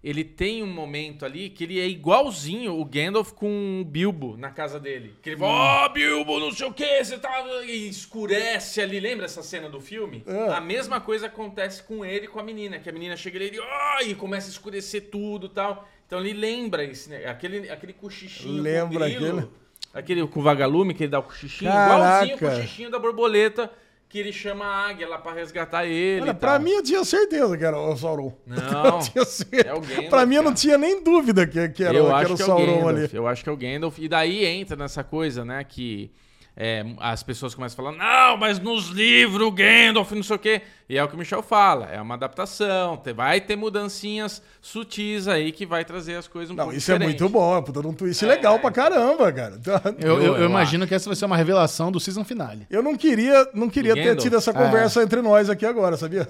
[SPEAKER 3] ele tem um momento ali que ele é igualzinho o Gandalf com o Bilbo na casa dele. Que ele fala, ó, Bilbo, não sei o que, você tá... E escurece ali, lembra essa cena do filme?
[SPEAKER 2] É.
[SPEAKER 3] A mesma coisa acontece com ele e com a menina, que a menina chega ali e ele, ó, e começa a escurecer tudo e tal. Então ele lembra esse, né, aquele, aquele cochichinho
[SPEAKER 2] Lembra
[SPEAKER 3] com grilo,
[SPEAKER 2] aquele?
[SPEAKER 3] aquele com o vagalume que ele dá o cochichinho, igualzinho o
[SPEAKER 2] Caraca.
[SPEAKER 3] cochichinho da borboleta que ele chama a águia lá pra resgatar ele.
[SPEAKER 2] Olha,
[SPEAKER 3] e
[SPEAKER 2] pra
[SPEAKER 3] tal.
[SPEAKER 2] mim eu tinha certeza que era o Sauron. [laughs]
[SPEAKER 3] Não,
[SPEAKER 2] Eu tinha certeza.
[SPEAKER 3] é o Gandalf,
[SPEAKER 2] pra mim eu não
[SPEAKER 3] cara.
[SPEAKER 2] tinha nem dúvida que, que era,
[SPEAKER 3] eu
[SPEAKER 2] que
[SPEAKER 3] acho
[SPEAKER 2] era o
[SPEAKER 3] que é o
[SPEAKER 2] Sauron
[SPEAKER 3] Gandalf,
[SPEAKER 2] ali.
[SPEAKER 3] Eu acho que é o Gandalf. E daí entra nessa coisa, né? Que é, as pessoas começam falando, não, mas nos livros, o Gandalf, não sei o quê. E é o que o Michel fala, é uma adaptação. te- Vai ter mudancinhas sutis aí que vai trazer as coisas um
[SPEAKER 2] Não,
[SPEAKER 3] pouco
[SPEAKER 2] isso é
[SPEAKER 3] diferente.
[SPEAKER 2] muito bom. É puta de um twist legal pra caramba, cara. Então,
[SPEAKER 1] Eu, eu- eu
[SPEAKER 3] Eu
[SPEAKER 1] imagino que essa vai ser uma revelação do season finale.
[SPEAKER 2] Eu não queria, não queria ter
[SPEAKER 3] Gandalf.
[SPEAKER 2] tido essa conversa
[SPEAKER 3] É.
[SPEAKER 2] entre nós aqui agora,
[SPEAKER 3] [laughs]
[SPEAKER 2] sabia?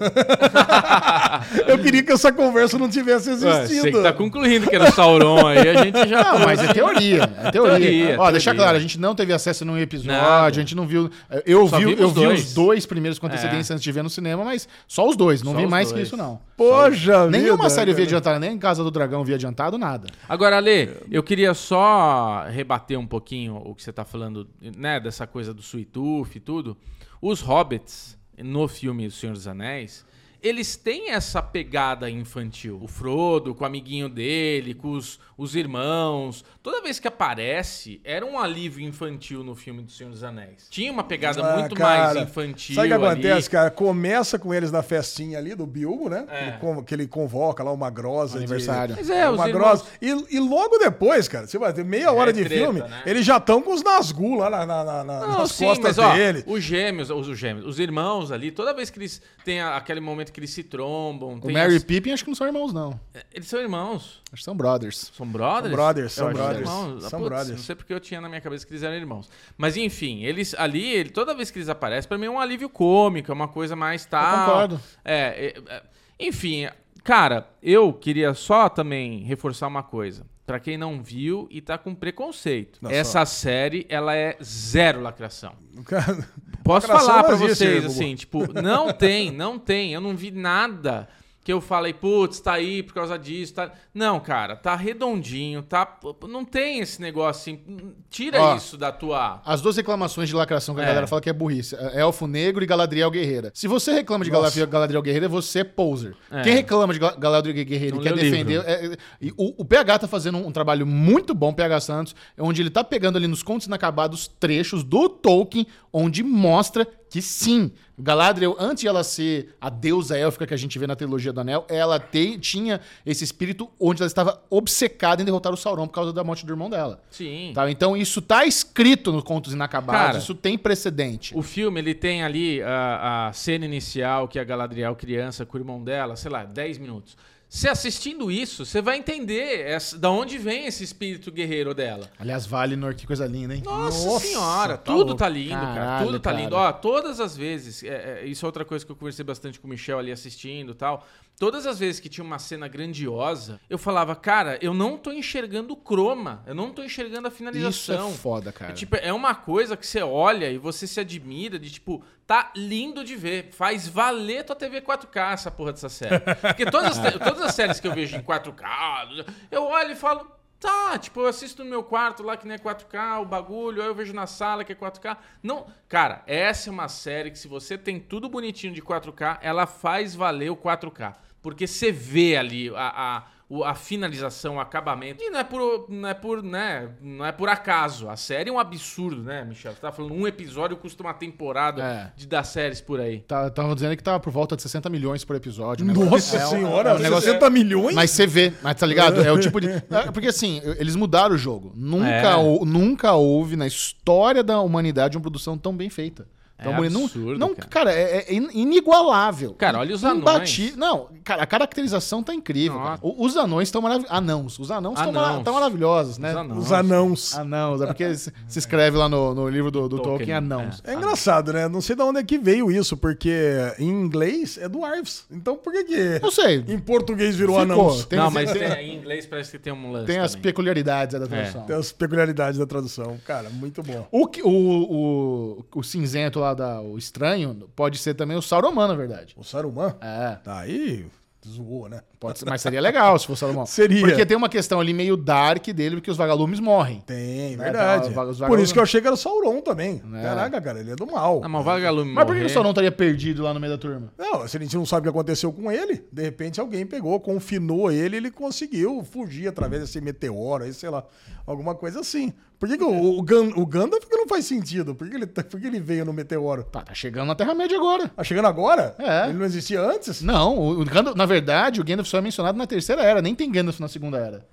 [SPEAKER 2] eu queria que essa conversa não tivesse
[SPEAKER 3] Ué,
[SPEAKER 2] existido.
[SPEAKER 3] Você que tá concluindo que era o Sauron aí, a gente já...
[SPEAKER 1] Não, mas é teoria.
[SPEAKER 3] [laughs]
[SPEAKER 1] É teoria.
[SPEAKER 3] Teoria,
[SPEAKER 1] Ó,
[SPEAKER 3] teoria.
[SPEAKER 1] deixar claro, a gente não teve acesso a nenhum episódio,
[SPEAKER 3] Nada.
[SPEAKER 1] a gente não viu. Eu,
[SPEAKER 3] Só
[SPEAKER 1] vi,
[SPEAKER 3] vimos
[SPEAKER 1] eu vi
[SPEAKER 3] dois. É.
[SPEAKER 1] os dois primeiros com antecedência antes de ver no cinema, mas só os dois, não
[SPEAKER 3] Só
[SPEAKER 1] vi
[SPEAKER 3] os
[SPEAKER 1] mais que
[SPEAKER 3] dois.
[SPEAKER 1] isso, não.
[SPEAKER 2] Poxa, vida,
[SPEAKER 1] Nenhuma série eu vi né?
[SPEAKER 2] cara.
[SPEAKER 3] é
[SPEAKER 1] adiantada, nem Casa do Dragão vi adiantado, nada.
[SPEAKER 3] Agora, Ale, eu queria só rebater um pouquinho o que você tá falando, né? Dessa coisa do Sweet Tooth e tudo. Os Hobbits, no filme do Senhor dos Anéis, eles têm essa pegada infantil. O Frodo com o amiguinho dele, com os, os irmãos. Toda vez que aparece, era um alívio infantil no filme do Senhor dos Anéis. Tinha uma pegada
[SPEAKER 2] Ah,
[SPEAKER 3] muito
[SPEAKER 2] cara,
[SPEAKER 3] mais infantil
[SPEAKER 2] Sabe o que acontece,
[SPEAKER 3] ali.
[SPEAKER 2] cara? Começa com eles na festinha ali do Bilbo, né?
[SPEAKER 3] É.
[SPEAKER 2] Ele con- que ele convoca lá uma grosa. de-
[SPEAKER 1] Aniversário.
[SPEAKER 3] Mas é, os
[SPEAKER 2] uma
[SPEAKER 3] irmãos...
[SPEAKER 2] grossa. E, e logo depois, cara, você vai ter meia hora de
[SPEAKER 3] treta,
[SPEAKER 2] filme,
[SPEAKER 3] né?
[SPEAKER 2] eles já estão com os Nazgûl lá na, na- na- na-
[SPEAKER 3] Não,
[SPEAKER 2] nas
[SPEAKER 3] sim,
[SPEAKER 2] costas
[SPEAKER 3] mas ó,
[SPEAKER 2] dele.
[SPEAKER 3] os gêmeos, os, os gêmeos, os irmãos ali, toda vez que eles têm a- aquele momento que eles se trombam,
[SPEAKER 1] O
[SPEAKER 3] tem
[SPEAKER 1] Mary e
[SPEAKER 3] as- é,
[SPEAKER 1] Pippin acho que não são irmãos, não.
[SPEAKER 3] eles são irmãos.
[SPEAKER 1] Acho que são brothers.
[SPEAKER 3] São brothers?
[SPEAKER 2] São brothers,
[SPEAKER 3] Eu
[SPEAKER 2] são
[SPEAKER 3] acho que
[SPEAKER 2] brothers,
[SPEAKER 3] irmãos. Ah,
[SPEAKER 2] são
[SPEAKER 3] putz,
[SPEAKER 2] brothers.
[SPEAKER 3] Não sei porque eu tinha na minha cabeça que eles eram irmãos. Mas enfim, eles ali, ele- toda vez que eles aparecem, pra mim é um alívio cômico, é uma coisa mais tal.
[SPEAKER 1] concordo.
[SPEAKER 3] É, é, é, enfim, cara, eu queria só também reforçar uma coisa. Pra quem não viu e tá com preconceito.
[SPEAKER 2] Não, só-
[SPEAKER 3] Essa série, ela é zero lacração.
[SPEAKER 2] [laughs] Cara,
[SPEAKER 3] Posso
[SPEAKER 2] Lacração
[SPEAKER 3] falar
[SPEAKER 2] não
[SPEAKER 3] pra
[SPEAKER 2] existe,
[SPEAKER 3] vocês,
[SPEAKER 2] Bubu.
[SPEAKER 3] assim, tipo, não tem, não tem. Eu não vi nada que eu falei, putz, tá aí por causa disso, tá... Não, cara, tá redondinho, tá... Não tem esse negócio assim, tira
[SPEAKER 1] Ó.
[SPEAKER 3] isso da tua...
[SPEAKER 1] As duas reclamações de lacração que a
[SPEAKER 3] Tá. É.
[SPEAKER 1] galera fala que é burrice. é Elfo Negro e Galadriel Guerreira. Se você reclama de Galadriel, Galadriel Guerreira, você é poser.
[SPEAKER 3] É.
[SPEAKER 1] Quem reclama de Gal- Galadriel Guerreira
[SPEAKER 3] Não
[SPEAKER 1] e quer
[SPEAKER 3] leu o livro.
[SPEAKER 1] defender... é- é- e o, o PH tá fazendo um, um trabalho muito bom, PH Santos, onde ele tá pegando ali nos contos inacabados trechos do Tolkien, onde mostra que sim, Galadriel, antes de ela ser a deusa élfica que a gente vê na trilogia do Anel, ela te- tinha esse espírito onde ela estava obcecada em derrotar o Sauron por causa da morte do irmão dela.
[SPEAKER 3] Sim.
[SPEAKER 1] Tá, então isso tá escrito nos Contos Inacabados,
[SPEAKER 3] Cara,
[SPEAKER 1] isso tem precedente.
[SPEAKER 3] O filme, ele tem ali a, a cena inicial que a Galadriel criança com o irmão dela, sei lá, 10 minutos. Você assistindo isso, você vai entender essa, da onde vem esse espírito guerreiro dela.
[SPEAKER 1] Aliás, Valinor, que coisa linda, hein?
[SPEAKER 3] Nossa,
[SPEAKER 2] Nossa,
[SPEAKER 3] senhora,
[SPEAKER 2] tá
[SPEAKER 3] tudo
[SPEAKER 2] louco.
[SPEAKER 3] tá lindo, cara.
[SPEAKER 1] Caralho,
[SPEAKER 3] Tudo tá
[SPEAKER 1] cara.
[SPEAKER 3] lindo. Ó, todas as vezes, é, é, isso é outra coisa que eu conversei bastante com o Michel ali assistindo e tal. Todas as vezes que tinha uma cena grandiosa, eu falava, cara, eu não tô enxergando o croma, eu não tô enxergando a
[SPEAKER 1] isso é
[SPEAKER 3] finalização.
[SPEAKER 1] foda, cara.
[SPEAKER 3] É, tipo, é uma coisa que você olha e você se admira de tipo, tá lindo de ver. Faz valer tua TV 4K essa porra dessa série. Porque todas as, todas as séries que eu vejo em 4K, eu olho e falo, tá, tipo, eu assisto no meu quarto lá que não é 4K, o bagulho, aí eu vejo na sala que é 4K. Não, cara, essa é uma série que se você tem tudo bonitinho de 4K, ela faz valer o 4K. Porque você vê ali a- a o- a finalização, o acabamento. E não é por, não é por, né, não é por acaso. A série é um absurdo, né, Michel? Você tá falando um episódio custa uma temporada
[SPEAKER 1] É.
[SPEAKER 3] de dar séries por aí.
[SPEAKER 1] Tá- Estavam dizendo que tava por volta de 60 milhões por episódio. né?
[SPEAKER 2] Nossa
[SPEAKER 1] É um-
[SPEAKER 2] senhora,
[SPEAKER 1] é um negócio-
[SPEAKER 2] 60 milhões?
[SPEAKER 1] Mas você vê, mas tá ligado? É o tipo
[SPEAKER 3] [laughs]
[SPEAKER 1] de. é, Porque assim, eles mudaram o jogo. Nunca,
[SPEAKER 3] É.
[SPEAKER 1] hou- nunca houve na história da humanidade uma produção tão bem feita. Tão
[SPEAKER 3] É
[SPEAKER 1] bonita. Não-
[SPEAKER 3] absurdo,
[SPEAKER 1] não,
[SPEAKER 3] cara.
[SPEAKER 1] cara, é, é in- inigualável.
[SPEAKER 3] Cara, olha os
[SPEAKER 1] Imbati- Não, cara, a caracterização tá incrível.
[SPEAKER 3] Nossa.
[SPEAKER 1] cara. O- Os anões estão maravilhosos. Anãos. Os anãos estão
[SPEAKER 3] Anãos.
[SPEAKER 1] maravilhosos, né?
[SPEAKER 3] Os anãos.
[SPEAKER 2] Os anãos.
[SPEAKER 1] Anãos, é porque
[SPEAKER 3] [laughs]
[SPEAKER 1] se se escreve lá no, no livro do, do
[SPEAKER 3] Tolkien,
[SPEAKER 1] Tolkien, anãos.
[SPEAKER 2] É engraçado, né? Não sei de onde é que veio isso, porque em inglês é dwarves. Então por que que
[SPEAKER 1] Não sei.
[SPEAKER 2] em português virou
[SPEAKER 1] Ficou.
[SPEAKER 2] anãos?
[SPEAKER 1] Tem-
[SPEAKER 3] não,
[SPEAKER 1] tem-
[SPEAKER 3] mas
[SPEAKER 1] tem-
[SPEAKER 3] tem- em inglês parece que tem um lance
[SPEAKER 1] Tem as
[SPEAKER 3] também. É.
[SPEAKER 1] peculiaridades da tradução.
[SPEAKER 2] Tem as peculiaridades da tradução. Cara, muito bom.
[SPEAKER 1] O, que- o, o, o cinzento lá, da, o estranho, pode ser também o Sauroman, na verdade.
[SPEAKER 2] O Saruman?
[SPEAKER 1] É.
[SPEAKER 2] Aí Tá zoou, né?
[SPEAKER 1] Pode ser, mas seria legal se fosse Salomão.
[SPEAKER 2] [laughs] Seria.
[SPEAKER 1] Porque tem uma questão ali meio dark dele, porque os vagalumes morrem.
[SPEAKER 2] Tem,
[SPEAKER 1] Né,
[SPEAKER 2] verdade.
[SPEAKER 1] tá, os
[SPEAKER 2] Por
[SPEAKER 1] vagalumes-
[SPEAKER 2] isso que eu achei que era o Sauron também. Caraca, cara, ele é do mal.
[SPEAKER 3] Ah, mas o vagalume
[SPEAKER 1] Mas por que que o
[SPEAKER 3] morrer-
[SPEAKER 1] Sauron estaria perdido lá no meio da turma?
[SPEAKER 2] Não, se a gente não sabe o que aconteceu com ele, de repente alguém pegou, confinou ele, ele conseguiu fugir através desse meteoro, aí, sei lá, alguma coisa assim. Por que, que
[SPEAKER 1] É.
[SPEAKER 2] o, o, Gan, o Gandalf que não faz sentido? Por que ele, tá- por que ele veio no meteoro?
[SPEAKER 1] Tá, tá chegando na Terra-média agora.
[SPEAKER 2] Tá chegando agora?
[SPEAKER 1] É.
[SPEAKER 2] Ele não existia antes?
[SPEAKER 1] Não, o o Gandalf, na verdade, o Gandalf só é mencionado na terceira era, nem tem Gandalf na segunda era.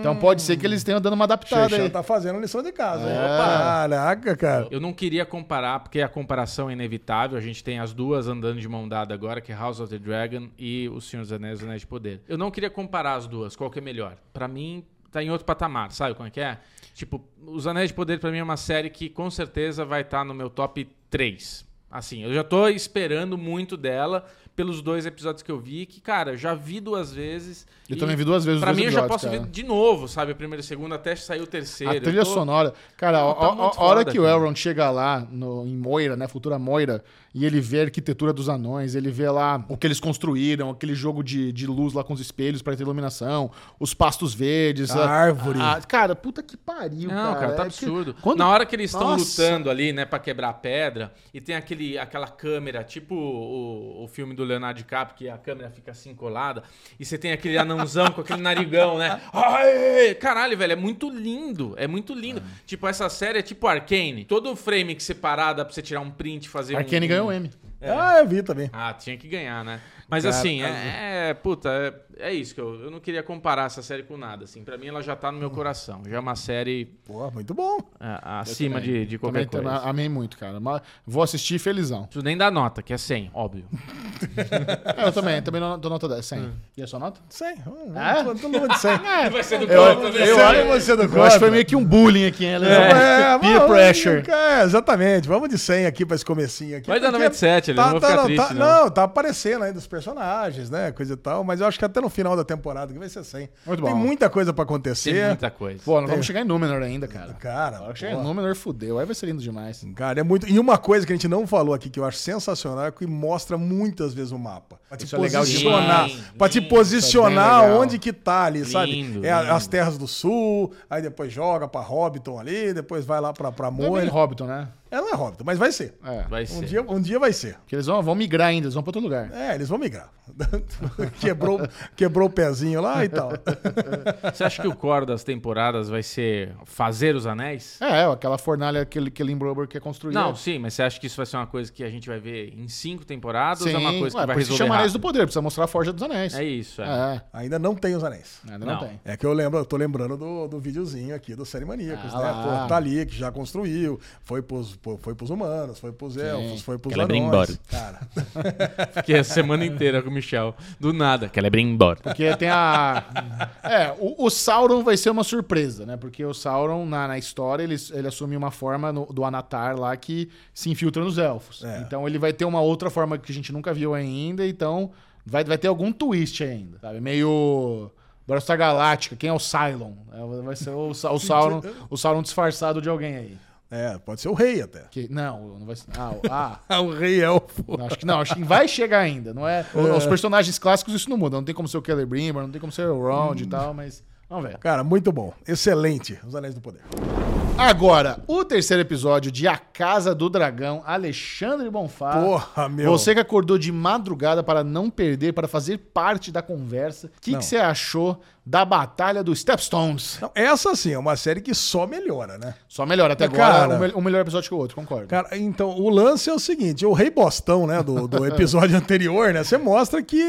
[SPEAKER 1] Então pode ser que eles tenham dando uma adaptada
[SPEAKER 2] Xexão
[SPEAKER 1] aí.
[SPEAKER 2] Hum. tá fazendo a lição de casa. hein?
[SPEAKER 1] É.
[SPEAKER 2] Caraca, cara.
[SPEAKER 3] Eu não queria comparar, porque a comparação é inevitável. A gente tem as duas andando de mão dada agora, que é House of the Dragon e O Senhor dos Anéis, Os Anéis de Poder. Eu não queria comparar as duas, qual que é melhor. Pra mim, tá em outro patamar, sabe como é que é? Tipo, Os Anéis de Poder pra mim é uma série que com certeza vai estar no meu top 3. Assim, eu já tô esperando muito dela pelos dois episódios que eu vi, que, cara, eu já vi duas vezes.
[SPEAKER 1] Eu
[SPEAKER 3] e
[SPEAKER 1] também vi duas vezes os
[SPEAKER 3] Pra
[SPEAKER 1] dois
[SPEAKER 3] mim, eu já
[SPEAKER 1] episódios,
[SPEAKER 3] posso
[SPEAKER 1] cara.
[SPEAKER 3] ver de novo, sabe? A primeira e a segunda, até sair o terceiro.
[SPEAKER 1] A
[SPEAKER 3] Eu
[SPEAKER 1] trilha
[SPEAKER 3] tô-
[SPEAKER 1] sonora. Cara, a,
[SPEAKER 3] tá
[SPEAKER 1] a- a
[SPEAKER 3] muito
[SPEAKER 1] hora
[SPEAKER 3] foda,
[SPEAKER 1] que o
[SPEAKER 3] cara.
[SPEAKER 1] Elrond chega lá no- em Moira, né? Futura Moira, e ele vê a arquitetura dos anões, ele vê lá o que eles construíram, aquele jogo de, de luz lá com os espelhos pra ter iluminação, os pastos verdes.
[SPEAKER 2] A árvore.
[SPEAKER 1] cara, puta que pariu,
[SPEAKER 3] Não, cara, tá
[SPEAKER 1] É que-
[SPEAKER 3] absurdo.
[SPEAKER 1] quando-
[SPEAKER 3] Na hora que eles estão
[SPEAKER 1] Nossa.
[SPEAKER 3] lutando ali, né, pra quebrar a pedra, e tem aquele, aquela câmera, tipo o, o filme do Leonardo DiCaprio, que a câmera fica assim colada, e você tem aquele anãozão com aquele
[SPEAKER 1] [laughs]
[SPEAKER 3] narigão, né? Ai, caralho, velho, é muito lindo, é muito lindo.
[SPEAKER 1] Ah.
[SPEAKER 3] Tipo, essa série é tipo Arcane. Todo frame que você parar dá pra você tirar um print, fazer
[SPEAKER 1] Arcane
[SPEAKER 3] um...
[SPEAKER 1] ganhou o M.
[SPEAKER 2] Ah, eu vi também.
[SPEAKER 3] Ah, tinha que ganhar, né? Mas assim, é, é- Puta, é, é isso que eu... Eu não queria comparar essa série com nada, assim. Pra mim, ela já tá no meu coração. Já é uma série...
[SPEAKER 2] Pô, muito bom.
[SPEAKER 3] A- acima de, de qualquer
[SPEAKER 1] Também tem-
[SPEAKER 3] coisa.
[SPEAKER 1] amei muito, cara. Mas vou assistir felizão.
[SPEAKER 3] Não nem dá nota, que é 100, óbvio.
[SPEAKER 1] É, eu também, também não- dou nota 10, 100. E a sua nota?
[SPEAKER 2] 100. Hum,
[SPEAKER 1] É?
[SPEAKER 2] Tô, tô longe de 100.
[SPEAKER 3] [laughs] Vai ser do
[SPEAKER 1] [laughs] eu
[SPEAKER 2] Você-
[SPEAKER 1] acho-
[SPEAKER 2] você do
[SPEAKER 1] Eu acho que
[SPEAKER 2] Costa.
[SPEAKER 1] foi meio que um bullying aqui, hein? Leandro?
[SPEAKER 2] É,
[SPEAKER 1] Peer
[SPEAKER 2] vamos-
[SPEAKER 1] pressure.
[SPEAKER 2] É, exatamente. Vamos de 100 aqui pra esse comecinho aqui.
[SPEAKER 3] Vai dar
[SPEAKER 2] porque
[SPEAKER 3] 97, eles não vão ficar
[SPEAKER 2] não,
[SPEAKER 3] tristes,
[SPEAKER 2] tá,
[SPEAKER 3] não.
[SPEAKER 2] não, tá aparecendo ainda os personagens, né? Coisa e tal. Mas eu acho que até no final da temporada que vai ser 100.
[SPEAKER 1] Muito
[SPEAKER 2] Tem
[SPEAKER 1] bom.
[SPEAKER 2] muita coisa pra acontecer.
[SPEAKER 3] Tem muita coisa.
[SPEAKER 1] Pô, nós vamos chegar em Númenor ainda, É. cara.
[SPEAKER 2] Cara,
[SPEAKER 1] Agora que Chega em
[SPEAKER 2] pô,
[SPEAKER 1] Númenor, fudeu. Aí vai ser lindo demais.
[SPEAKER 2] cara, é muito. E uma coisa que a gente não falou aqui que eu acho sensacional é que mostra muitas vezes o mapa. Pra te
[SPEAKER 1] Isso é legal
[SPEAKER 2] posicionar.
[SPEAKER 3] demais. Sim,
[SPEAKER 2] pra te
[SPEAKER 3] lindo,
[SPEAKER 1] isso é
[SPEAKER 2] posicionar
[SPEAKER 1] bem legal.
[SPEAKER 2] onde que tá ali, sabe?
[SPEAKER 3] Lindo,
[SPEAKER 2] É a-
[SPEAKER 3] lindo.
[SPEAKER 2] as terras do sul, aí depois joga pra Hobbiton ali, depois vai lá pra, pra
[SPEAKER 1] Não é bem
[SPEAKER 2] Moira.
[SPEAKER 1] Hobbiton, né?
[SPEAKER 2] Ela não é Hobbiton, mas vai ser.
[SPEAKER 1] É.
[SPEAKER 3] Vai
[SPEAKER 2] Um
[SPEAKER 3] ser.
[SPEAKER 2] dia, um dia vai ser.
[SPEAKER 1] Porque eles vão, vão migrar ainda, eles vão pra outro lugar.
[SPEAKER 2] É, eles vão migrar. [laughs] quebrou, quebrou o pezinho lá e tal.
[SPEAKER 3] Você acha que o core das temporadas vai ser fazer os anéis?
[SPEAKER 1] É, ó, aquela fornalha que, ele- que Limbrobor quer construir.
[SPEAKER 3] Não, sim, mas você acha que isso vai ser uma coisa que a gente vai ver em cinco temporadas
[SPEAKER 1] Sim.
[SPEAKER 3] ou é uma coisa
[SPEAKER 1] Ué,
[SPEAKER 3] que vai
[SPEAKER 1] por isso
[SPEAKER 3] resolver
[SPEAKER 1] chama Anéis do
[SPEAKER 3] rápido?
[SPEAKER 1] Poder, precisa mostrar a Forja dos Anéis.
[SPEAKER 3] É isso, é.
[SPEAKER 1] É,
[SPEAKER 2] Ainda não tem os anéis.
[SPEAKER 1] ainda não,
[SPEAKER 3] Não.
[SPEAKER 1] tem.
[SPEAKER 2] É que eu lembro, eu tô lembrando do, do videozinho aqui do Série Maníacos,
[SPEAKER 1] Ah,
[SPEAKER 2] né?
[SPEAKER 1] lá.
[SPEAKER 2] Pô, tá ali, que já construiu, foi pros, pô, foi pros humanos, foi pros elfos, foi pros
[SPEAKER 3] Quero ir
[SPEAKER 2] anões.
[SPEAKER 3] embora.
[SPEAKER 2] Cara,
[SPEAKER 3] Fiquei a semana inteira com o Michel. Do nada. Que ela é bem embora.
[SPEAKER 1] Porque tem a. É, o, o Sauron vai ser uma surpresa, né? Porque o Sauron, na, na história, ele, ele assume uma forma no- do Anatar lá que se infiltra nos elfos.
[SPEAKER 2] É.
[SPEAKER 1] Então ele vai ter uma outra forma que a gente nunca viu ainda, então vai, vai ter algum twist ainda. Sabe? Meio. Bora Star Galáctica, quem é o Cylon? É, Vai ser o, Sa- o Sauron, o Sauron disfarçado de alguém aí.
[SPEAKER 2] é, pode ser o rei até. [laughs]
[SPEAKER 1] Que, não, não vai ser. Ah, o- ah,
[SPEAKER 2] Ah, o rei elfo.
[SPEAKER 1] não, acho que não, acho que vai chegar ainda. Não é, o- Os personagens clássicos isso não muda. Não tem como ser o Celebrimbor, não tem como ser o Round e
[SPEAKER 2] Hum.
[SPEAKER 1] tal, mas. Vamos ver.
[SPEAKER 2] Cara, muito bom. Excelente. Os Anéis do Poder.
[SPEAKER 1] Agora, o terceiro episódio de A Casa do Dragão, Alexandre Bonfá.
[SPEAKER 2] Porra, meu.
[SPEAKER 1] Ah. Você que acordou de madrugada para não perder, para fazer parte da conversa. O que, que
[SPEAKER 2] Não.
[SPEAKER 1] você achou da batalha dos Stepstones?
[SPEAKER 2] Não, essa sim é uma série que só melhora, né?
[SPEAKER 1] Só melhor, até agora,
[SPEAKER 2] Cara.
[SPEAKER 1] um, mel- um melhor episódio que o outro, concordo.
[SPEAKER 2] Cara, então, o lance é o seguinte: o Rei Bostão, né, do, do episódio anterior, né? Você mostra que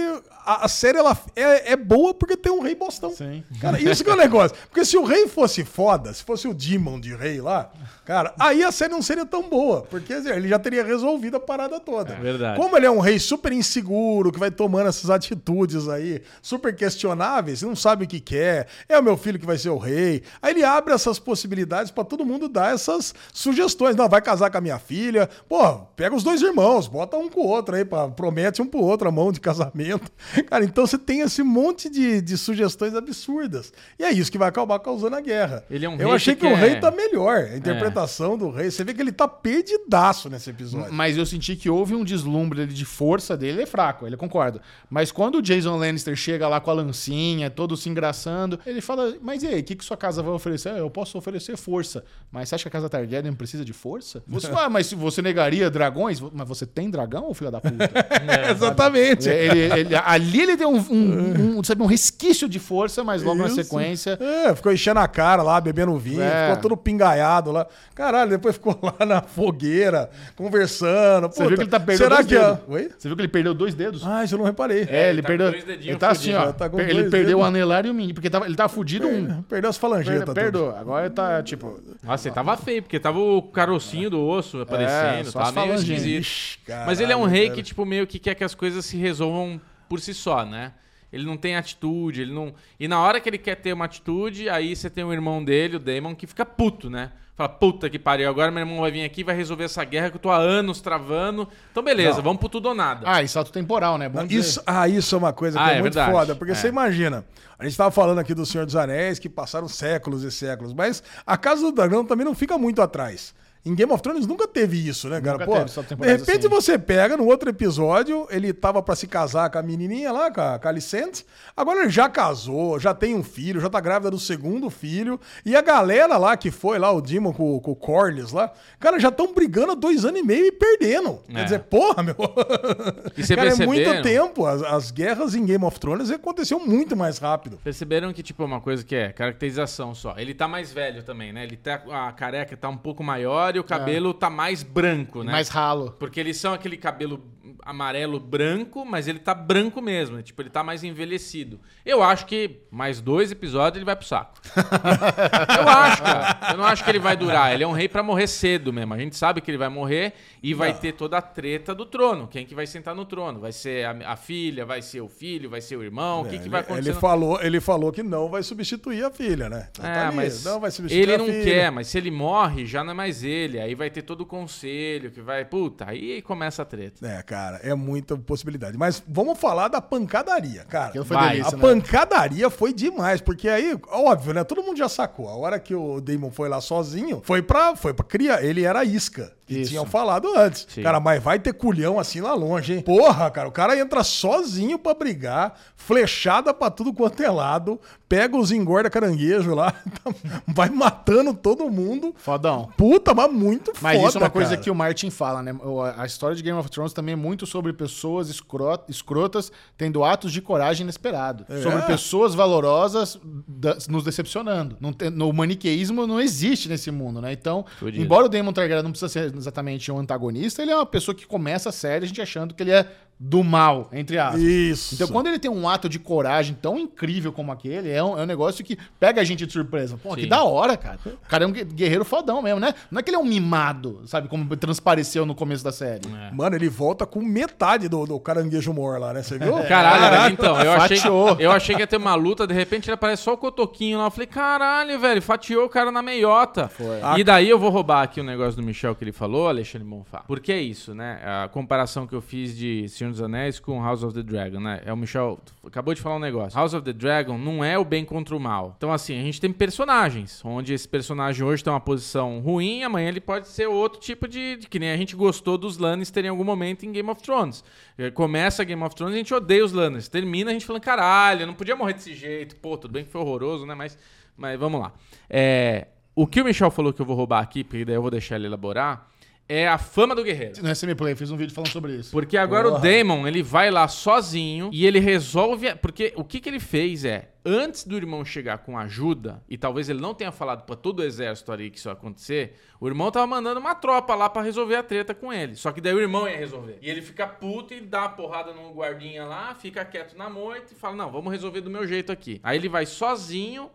[SPEAKER 2] a, a série ela é, é boa porque tem um Rei Bostão.
[SPEAKER 1] Sim.
[SPEAKER 2] Cara, isso que é o negócio. Porque se o Rei fosse foda, se fosse o Demon de Rei lá, cara, aí a série não seria tão boa. Porque assim, ele já teria resolvido a parada toda. É
[SPEAKER 3] verdade.
[SPEAKER 2] Como ele é um rei super inseguro, que vai tomando essas atitudes aí, super questionáveis, não sabe o que quer, é o meu filho que vai ser o rei. Aí ele abre essas possibilidades pra todo mundo dar essas sugestões. Não, vai casar com a minha filha. Pô, pega os dois irmãos, bota um com o outro aí, pra, promete um pro outro a mão de casamento. [laughs] Cara, então você tem esse monte de, de sugestões absurdas. E é isso que vai acabar causando a guerra.
[SPEAKER 3] Ele é um
[SPEAKER 2] Eu
[SPEAKER 3] rei
[SPEAKER 2] achei
[SPEAKER 3] que
[SPEAKER 2] que, o
[SPEAKER 3] quer- É.
[SPEAKER 2] rei tá melhor. A interpretação do rei. Você vê que ele tá perdidaço nesse
[SPEAKER 3] [laughs]
[SPEAKER 2] episódio.
[SPEAKER 1] Mas eu senti que houve um deslumbre ali de força dele, ele é fraco, ele concorda. Mas quando o Jason Lannister chega lá com a lancinha, todo se engraçando, ele fala: Mas e aí, o que, que sua casa vai oferecer? "Ah, Eu posso oferecer força. Mas você acha que a casa Targaryen precisa de força? Você [laughs] fala, "Ah, mas se você negaria dragões? Mas você tem dragão, ô filho da
[SPEAKER 2] [laughs]
[SPEAKER 1] puta?
[SPEAKER 3] É,
[SPEAKER 2] Exatamente.
[SPEAKER 1] Ele- ele- ele- ali ele tem um, um- um, sabe, um resquício de força, mas logo
[SPEAKER 2] Isso.
[SPEAKER 1] na sequência
[SPEAKER 2] É, ficou enchendo a cara lá, bebendo vinho,
[SPEAKER 1] É.
[SPEAKER 2] ficou todo pingaiado lá. Caralho, depois ficou lá na fogueira, conversando.
[SPEAKER 1] Você viu
[SPEAKER 2] Puta,
[SPEAKER 1] que ele tá perdendo
[SPEAKER 2] Será
[SPEAKER 1] dois
[SPEAKER 2] que.
[SPEAKER 1] dedos.
[SPEAKER 2] a- Oi?
[SPEAKER 1] Você viu que ele perdeu dois dedos?
[SPEAKER 2] Ah, isso eu não reparei.
[SPEAKER 1] é, ele
[SPEAKER 3] tá com
[SPEAKER 1] perdeu.
[SPEAKER 3] dois dedinhos
[SPEAKER 1] ele tá assim,
[SPEAKER 3] fudidos,
[SPEAKER 1] ó.
[SPEAKER 2] já tá com
[SPEAKER 1] per- ele
[SPEAKER 2] dois
[SPEAKER 1] perdeu
[SPEAKER 2] dedos.
[SPEAKER 1] o anelar e o mínimo, porque tava, ele tá fudido um.
[SPEAKER 2] Perdeu
[SPEAKER 1] Perdeu,
[SPEAKER 2] as falangetas. todas.
[SPEAKER 1] perdoa. Agora ele tá, tipo.
[SPEAKER 3] Nossa, ele Ah, tava feio, porque tava o carocinho do osso aparecendo,
[SPEAKER 1] É, só
[SPEAKER 3] tava
[SPEAKER 1] as
[SPEAKER 3] meio
[SPEAKER 1] falanginhas.
[SPEAKER 3] esquisito.
[SPEAKER 2] Caralho,
[SPEAKER 3] Mas ele é um rei
[SPEAKER 2] cara.
[SPEAKER 3] que, tipo, meio que quer que as coisas se resolvam por si só, né? Ele não tem atitude, ele não. E na hora que ele quer ter uma atitude, aí você tem o irmão dele, o Damon, que fica puto, né? Fala, puta que pariu, agora meu irmão vai vir aqui e vai resolver essa guerra que eu tô há anos travando. Então, beleza, vamos pro tudo ou nada.
[SPEAKER 1] Ah, e salto temporal, né? Bom
[SPEAKER 2] Não,
[SPEAKER 1] dizer.
[SPEAKER 2] Isso, ah, isso é uma coisa que
[SPEAKER 3] Ah,
[SPEAKER 2] é,
[SPEAKER 3] é
[SPEAKER 2] muito
[SPEAKER 3] verdade.
[SPEAKER 2] foda, porque
[SPEAKER 3] É.
[SPEAKER 2] você imagina, a gente tava falando aqui do Senhor dos Anéis, que passaram séculos e séculos, mas a Casa do Dragão também não fica muito atrás. Em Game of Thrones nunca teve isso, né, cara?
[SPEAKER 1] Nunca
[SPEAKER 2] Pô,
[SPEAKER 1] teve, só
[SPEAKER 2] de
[SPEAKER 1] temporadas
[SPEAKER 2] repente
[SPEAKER 1] assim.
[SPEAKER 2] você pega no outro episódio, ele tava pra se casar com a menininha lá, com a, com a Alicent, agora ele já casou, já tem um filho, já tá grávida do segundo filho, e a galera lá que foi lá, o Demon com, com o Corlys lá, cara, já estão brigando há dois anos e meio e perdendo.
[SPEAKER 3] É.
[SPEAKER 2] Quer dizer, porra, meu. [laughs]
[SPEAKER 3] E você
[SPEAKER 2] Cara, é
[SPEAKER 3] perceberam?
[SPEAKER 2] muito tempo. As, as guerras em Game of Thrones aconteceu muito mais rápido.
[SPEAKER 3] Perceberam que, tipo, é uma coisa que é caracterização só. Ele tá mais velho também, né? Ele tá. A careca tá um pouco maior e o cabelo tá mais branco, né?
[SPEAKER 1] É. Mais ralo.
[SPEAKER 3] Porque eles são aquele cabelo amarelo branco, mas ele tá branco mesmo. né? Tipo, ele tá mais envelhecido. Eu acho que mais dois episódios ele vai pro saco. [laughs] Eu acho, cara. Eu não acho que ele vai durar. Ele é um rei pra morrer cedo mesmo. A gente sabe que ele vai morrer e vai ter toda a treta do trono. Quem que vai sentar no trono? Vai ser a, a filha, vai ser o filho, vai ser o irmão? o que, que
[SPEAKER 2] ele,
[SPEAKER 3] vai acontecer?
[SPEAKER 2] ele
[SPEAKER 3] no-
[SPEAKER 2] falou, ele falou que não vai substituir a filha, né? Então
[SPEAKER 3] É,
[SPEAKER 2] tá ali,
[SPEAKER 3] mas
[SPEAKER 2] não vai substituir
[SPEAKER 3] ele
[SPEAKER 2] a
[SPEAKER 3] não
[SPEAKER 2] filha.
[SPEAKER 3] quer, mas se ele morre, já não é mais ele. Aí vai ter todo o conselho que vai. Puta, aí começa a treta.
[SPEAKER 2] É, cara, é muita possibilidade. Mas vamos falar da pancadaria, cara.
[SPEAKER 1] Aquilo foi
[SPEAKER 3] Vai,
[SPEAKER 1] delícia,
[SPEAKER 2] a
[SPEAKER 1] né?
[SPEAKER 2] pancadaria foi demais, porque aí, óbvio, né? Todo mundo já sacou. A hora que o Damon foi lá sozinho, foi pra, foi pra criar. Ele era a isca, que
[SPEAKER 1] Isso.
[SPEAKER 2] tinham falado antes.
[SPEAKER 3] Sim.
[SPEAKER 2] Cara, mas vai ter culhão assim lá longe, hein? Porra, cara, o cara entra sozinho pra brigar, flechada pra tudo quanto é lado, pega os engorda caranguejo lá, [laughs] vai matando todo mundo.
[SPEAKER 1] Fodão.
[SPEAKER 2] Puta, mas muito
[SPEAKER 1] Mas
[SPEAKER 2] foda,
[SPEAKER 1] isso é uma coisa
[SPEAKER 2] cara.
[SPEAKER 1] que o Martin fala, né? O- A história de Game of Thrones também é muito sobre pessoas escro- escrotas tendo atos de coragem inesperado.
[SPEAKER 2] É.
[SPEAKER 1] Sobre pessoas valorosas da- nos decepcionando. Não tem- no, o maniqueísmo não existe nesse mundo, né? Então,
[SPEAKER 3] Fudido.
[SPEAKER 1] embora o Damon Targaryen não precisa ser exatamente um antagonista, ele é uma pessoa que começa a série a gente achando que ele é do mal, entre aspas.
[SPEAKER 2] Isso.
[SPEAKER 1] Então, quando ele tem um ato de coragem tão incrível como aquele, é um, é um negócio que pega a gente de surpresa. Pô, que
[SPEAKER 3] Sim.
[SPEAKER 1] da hora, cara. O cara é um gue- guerreiro fodão mesmo, né? Não é que ele é um mimado, sabe? Como transpareceu no começo da série.
[SPEAKER 3] É.
[SPEAKER 2] Mano, ele volta com metade do, do caranguejo mor lá, né? Você viu?
[SPEAKER 3] [laughs] Caralho, mas então, eu achei, que,
[SPEAKER 1] Fatiou.
[SPEAKER 3] eu achei que ia ter uma luta, de repente ele aparece só o cotoquinho lá. Eu falei, caralho, velho, fatiou o cara na meiota. E daí eu vou roubar aqui o negócio do Michel que ele falou, Alexandre Bonfá. Porque é isso, né? A comparação que eu fiz de Senhor dos Anéis com House of the Dragon, né? É o Michel acabou de falar um negócio. House of the Dragon não é o bem contra o mal. Então, assim, a gente tem personagens, onde esse personagem hoje tem uma posição ruim, amanhã ele pode ser outro tipo de. de- que nem a gente gostou dos Lannister em algum momento em Game of Thrones. Eh, Começa Game of Thrones, a gente odeia os Lannister. Termina a gente falando, caralho, eu não podia morrer desse jeito. Pô, tudo bem que foi horroroso, né? Mas, mas vamos lá. É, o que o Michel falou que eu vou roubar aqui, porque daí eu vou deixar ele elaborar, é a fama do guerreiro.
[SPEAKER 1] No SM Play, fiz um vídeo falando sobre isso.
[SPEAKER 3] Porque agora o Damon, ele vai lá sozinho e ele resolve. a- Porque o que, que ele fez é, antes do irmão chegar com ajuda, e talvez ele não tenha falado pra todo o exército ali que isso ia acontecer, o irmão tava mandando uma tropa lá pra resolver a treta com ele. Só que daí o irmão ia resolver. E ele fica puto e dá uma porrada no guardinha lá, fica quieto na moita e fala: não, vamos resolver do meu jeito aqui. Aí ele vai sozinho.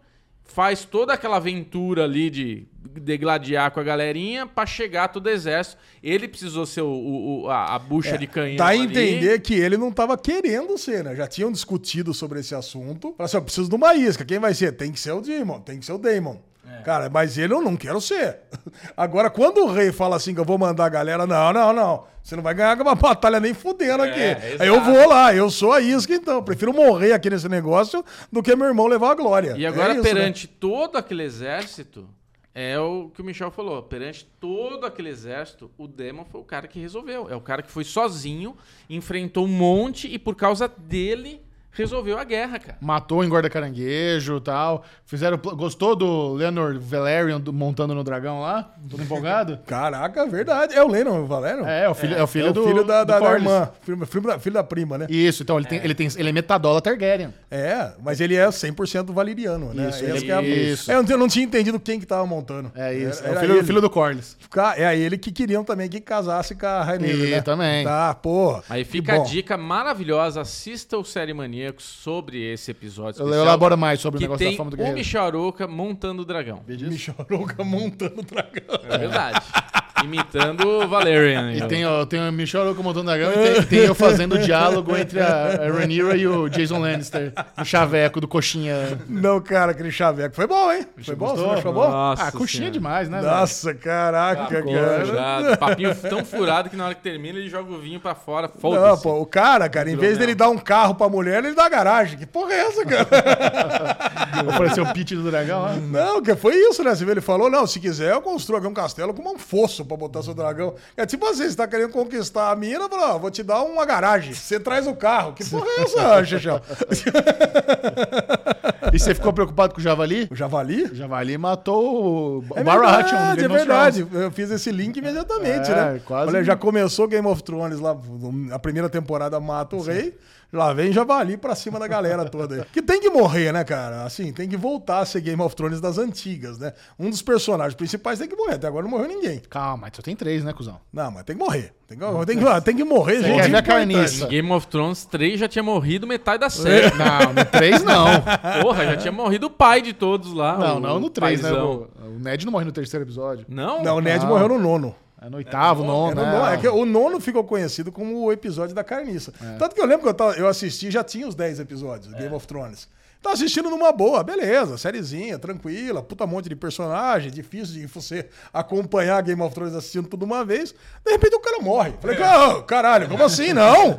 [SPEAKER 3] Faz toda aquela aventura ali de degladiar com a galerinha pra chegar todo o exército. Ele precisou ser o, o- o- a, a bucha de canhão.
[SPEAKER 2] É.
[SPEAKER 1] Tá
[SPEAKER 2] Dá a
[SPEAKER 3] ali.
[SPEAKER 2] entender que ele não tava querendo ser, né? Já tinham discutido sobre esse assunto. Falaram assim, eu preciso de uma isca. Quem vai ser? Tem que ser o Demon, tem que ser o Damon.
[SPEAKER 3] É.
[SPEAKER 2] Cara, mas ele eu não quero ser. [laughs] Agora, quando o rei fala assim que eu vou mandar a galera, não, não, não. Você não vai ganhar uma [laughs] batalha nem fudendo aqui.
[SPEAKER 3] É,
[SPEAKER 2] Aí eu
[SPEAKER 3] exato.
[SPEAKER 2] vou lá, eu sou a isca, então. Prefiro morrer aqui nesse negócio do que meu irmão levar a glória.
[SPEAKER 3] E agora,
[SPEAKER 2] É isso, né?
[SPEAKER 3] perante todo aquele exército, é o que o Michel falou. Perante todo aquele exército, o Demon foi o cara que resolveu. É o cara que foi sozinho, enfrentou um monte e por causa dele resolveu a guerra, cara.
[SPEAKER 1] Matou, engorda caranguejo e tal. Fizeram. pl- Gostou do Leonor Valerian do- montando no dragão lá? Todo
[SPEAKER 2] [laughs]
[SPEAKER 1] empolgado?
[SPEAKER 2] Caraca, é verdade. É o Lennon, o Valério?
[SPEAKER 1] É, é o filho, é, o filho
[SPEAKER 2] É o
[SPEAKER 1] do.
[SPEAKER 2] filho da,
[SPEAKER 1] do
[SPEAKER 2] da- da
[SPEAKER 1] Corlys.
[SPEAKER 2] irmã. Filho, filho da, filho da prima, né?
[SPEAKER 1] Isso, então ele, tem, ele, tem, ele é metadola Targaryen.
[SPEAKER 2] É, mas ele é 100% valeriano, né?
[SPEAKER 1] Isso,
[SPEAKER 2] Essa
[SPEAKER 1] ele-
[SPEAKER 2] que é a-
[SPEAKER 1] isso.
[SPEAKER 2] É, eu não- eu não tinha entendido quem que tava montando.
[SPEAKER 1] É isso. é
[SPEAKER 2] Era-
[SPEAKER 1] o
[SPEAKER 2] era
[SPEAKER 1] filho,
[SPEAKER 2] ele.
[SPEAKER 1] filho do Corlys.
[SPEAKER 2] Ca- É ele que queriam também que casasse com a Rainha,
[SPEAKER 1] E
[SPEAKER 2] né?
[SPEAKER 1] também.
[SPEAKER 2] Tá, porra.
[SPEAKER 3] Aí
[SPEAKER 2] que
[SPEAKER 3] fica a
[SPEAKER 2] bom. [laughs]
[SPEAKER 3] dica maravilhosa. Assista o Série Maníacos sobre esse episódio.
[SPEAKER 1] Eu
[SPEAKER 3] especial,
[SPEAKER 1] elaboro mais sobre o
[SPEAKER 3] que
[SPEAKER 1] negócio da
[SPEAKER 3] tem
[SPEAKER 1] fama do
[SPEAKER 3] o
[SPEAKER 1] guerreiro.
[SPEAKER 3] Michel Aroca montando o dragão.
[SPEAKER 2] Micharuca montando o dragão.
[SPEAKER 3] É verdade. Imitando o Valerian. né?
[SPEAKER 1] E
[SPEAKER 2] É.
[SPEAKER 3] eu-
[SPEAKER 1] tem, ó, tem o Michel Aroca montando o dragão e tem, tem eu fazendo o diálogo entre a, a Rhaenyra e o Jason Lannister. O chaveco do coxinha.
[SPEAKER 2] Não, cara, aquele chaveco. Foi bom, hein? Foi bom? Você não achou bom?
[SPEAKER 3] Nossa
[SPEAKER 1] ah, coxinha
[SPEAKER 3] Senhora.
[SPEAKER 1] demais, né? velho?
[SPEAKER 2] Nossa, caraca, cara.
[SPEAKER 3] Furado, papinho tão furado que na hora que termina ele joga o vinho pra fora.
[SPEAKER 2] Não,
[SPEAKER 3] Foda-se.
[SPEAKER 2] pô, o cara, cara, em vez dele dar um carro pra mulher, ele dá a garagem. Que porra é essa, cara?
[SPEAKER 1] Apareceu o pit um do dragão lá.
[SPEAKER 2] Não, que foi isso, né? Você viu, ele falou, não, se quiser eu construo aqui um castelo com um fosso pra botar seu dragão. É tipo assim, você tá querendo conquistar a mina, fala, ó, vou te dar uma garagem, você traz o carro. Que porra é essa, [laughs] Xixão?
[SPEAKER 1] E você ficou preocupado com o Javali?
[SPEAKER 2] O javali?
[SPEAKER 1] O Javali matou o
[SPEAKER 2] É
[SPEAKER 1] Baratheon.
[SPEAKER 2] verdade,
[SPEAKER 1] no
[SPEAKER 2] é
[SPEAKER 1] Game of
[SPEAKER 2] verdade. Eu fiz esse link imediatamente,
[SPEAKER 1] É,
[SPEAKER 2] né?
[SPEAKER 1] quase.
[SPEAKER 2] Olha, já começou Game of Thrones lá, a primeira temporada mata o rei, lá vem javali pra cima da galera toda aí. Que tem que morrer, né, cara? Assim, tem que voltar a ser Game of Thrones das antigas, né? Um dos personagens principais tem que morrer, até agora não morreu ninguém.
[SPEAKER 1] Thrones. Calma, mas só tem três, né, cuzão?
[SPEAKER 2] Não, mas tem que morrer. Tem que, tem que, tem que morrer, gente.
[SPEAKER 1] quer ver a
[SPEAKER 2] importante.
[SPEAKER 1] carniça?
[SPEAKER 3] Em Game of Thrones 3 já tinha morrido metade da série.
[SPEAKER 1] Não, no três não.
[SPEAKER 2] [laughs] É.
[SPEAKER 3] Porra, já tinha morrido o pai de todos lá.
[SPEAKER 1] Não,
[SPEAKER 3] o
[SPEAKER 1] não no três, né?
[SPEAKER 3] paizão.
[SPEAKER 1] O, o Ned não morre no terceiro episódio.
[SPEAKER 3] Não?
[SPEAKER 2] Não, o Ned morreu no nono.
[SPEAKER 1] É no oitavo,
[SPEAKER 2] É
[SPEAKER 1] nono,
[SPEAKER 2] no nono. É que o nono ficou conhecido como o episódio da carniça. Tanto que eu lembro que eu, tava, eu assisti, já tinha os 10 episódios do Game of Thrones. Tava assistindo numa boa, beleza, sériezinha, tranquila, puta monte de personagem, difícil de você acompanhar Game of Thrones assistindo tudo uma vez. De repente o cara morre. Falei, "Ah, caralho, como assim? Não!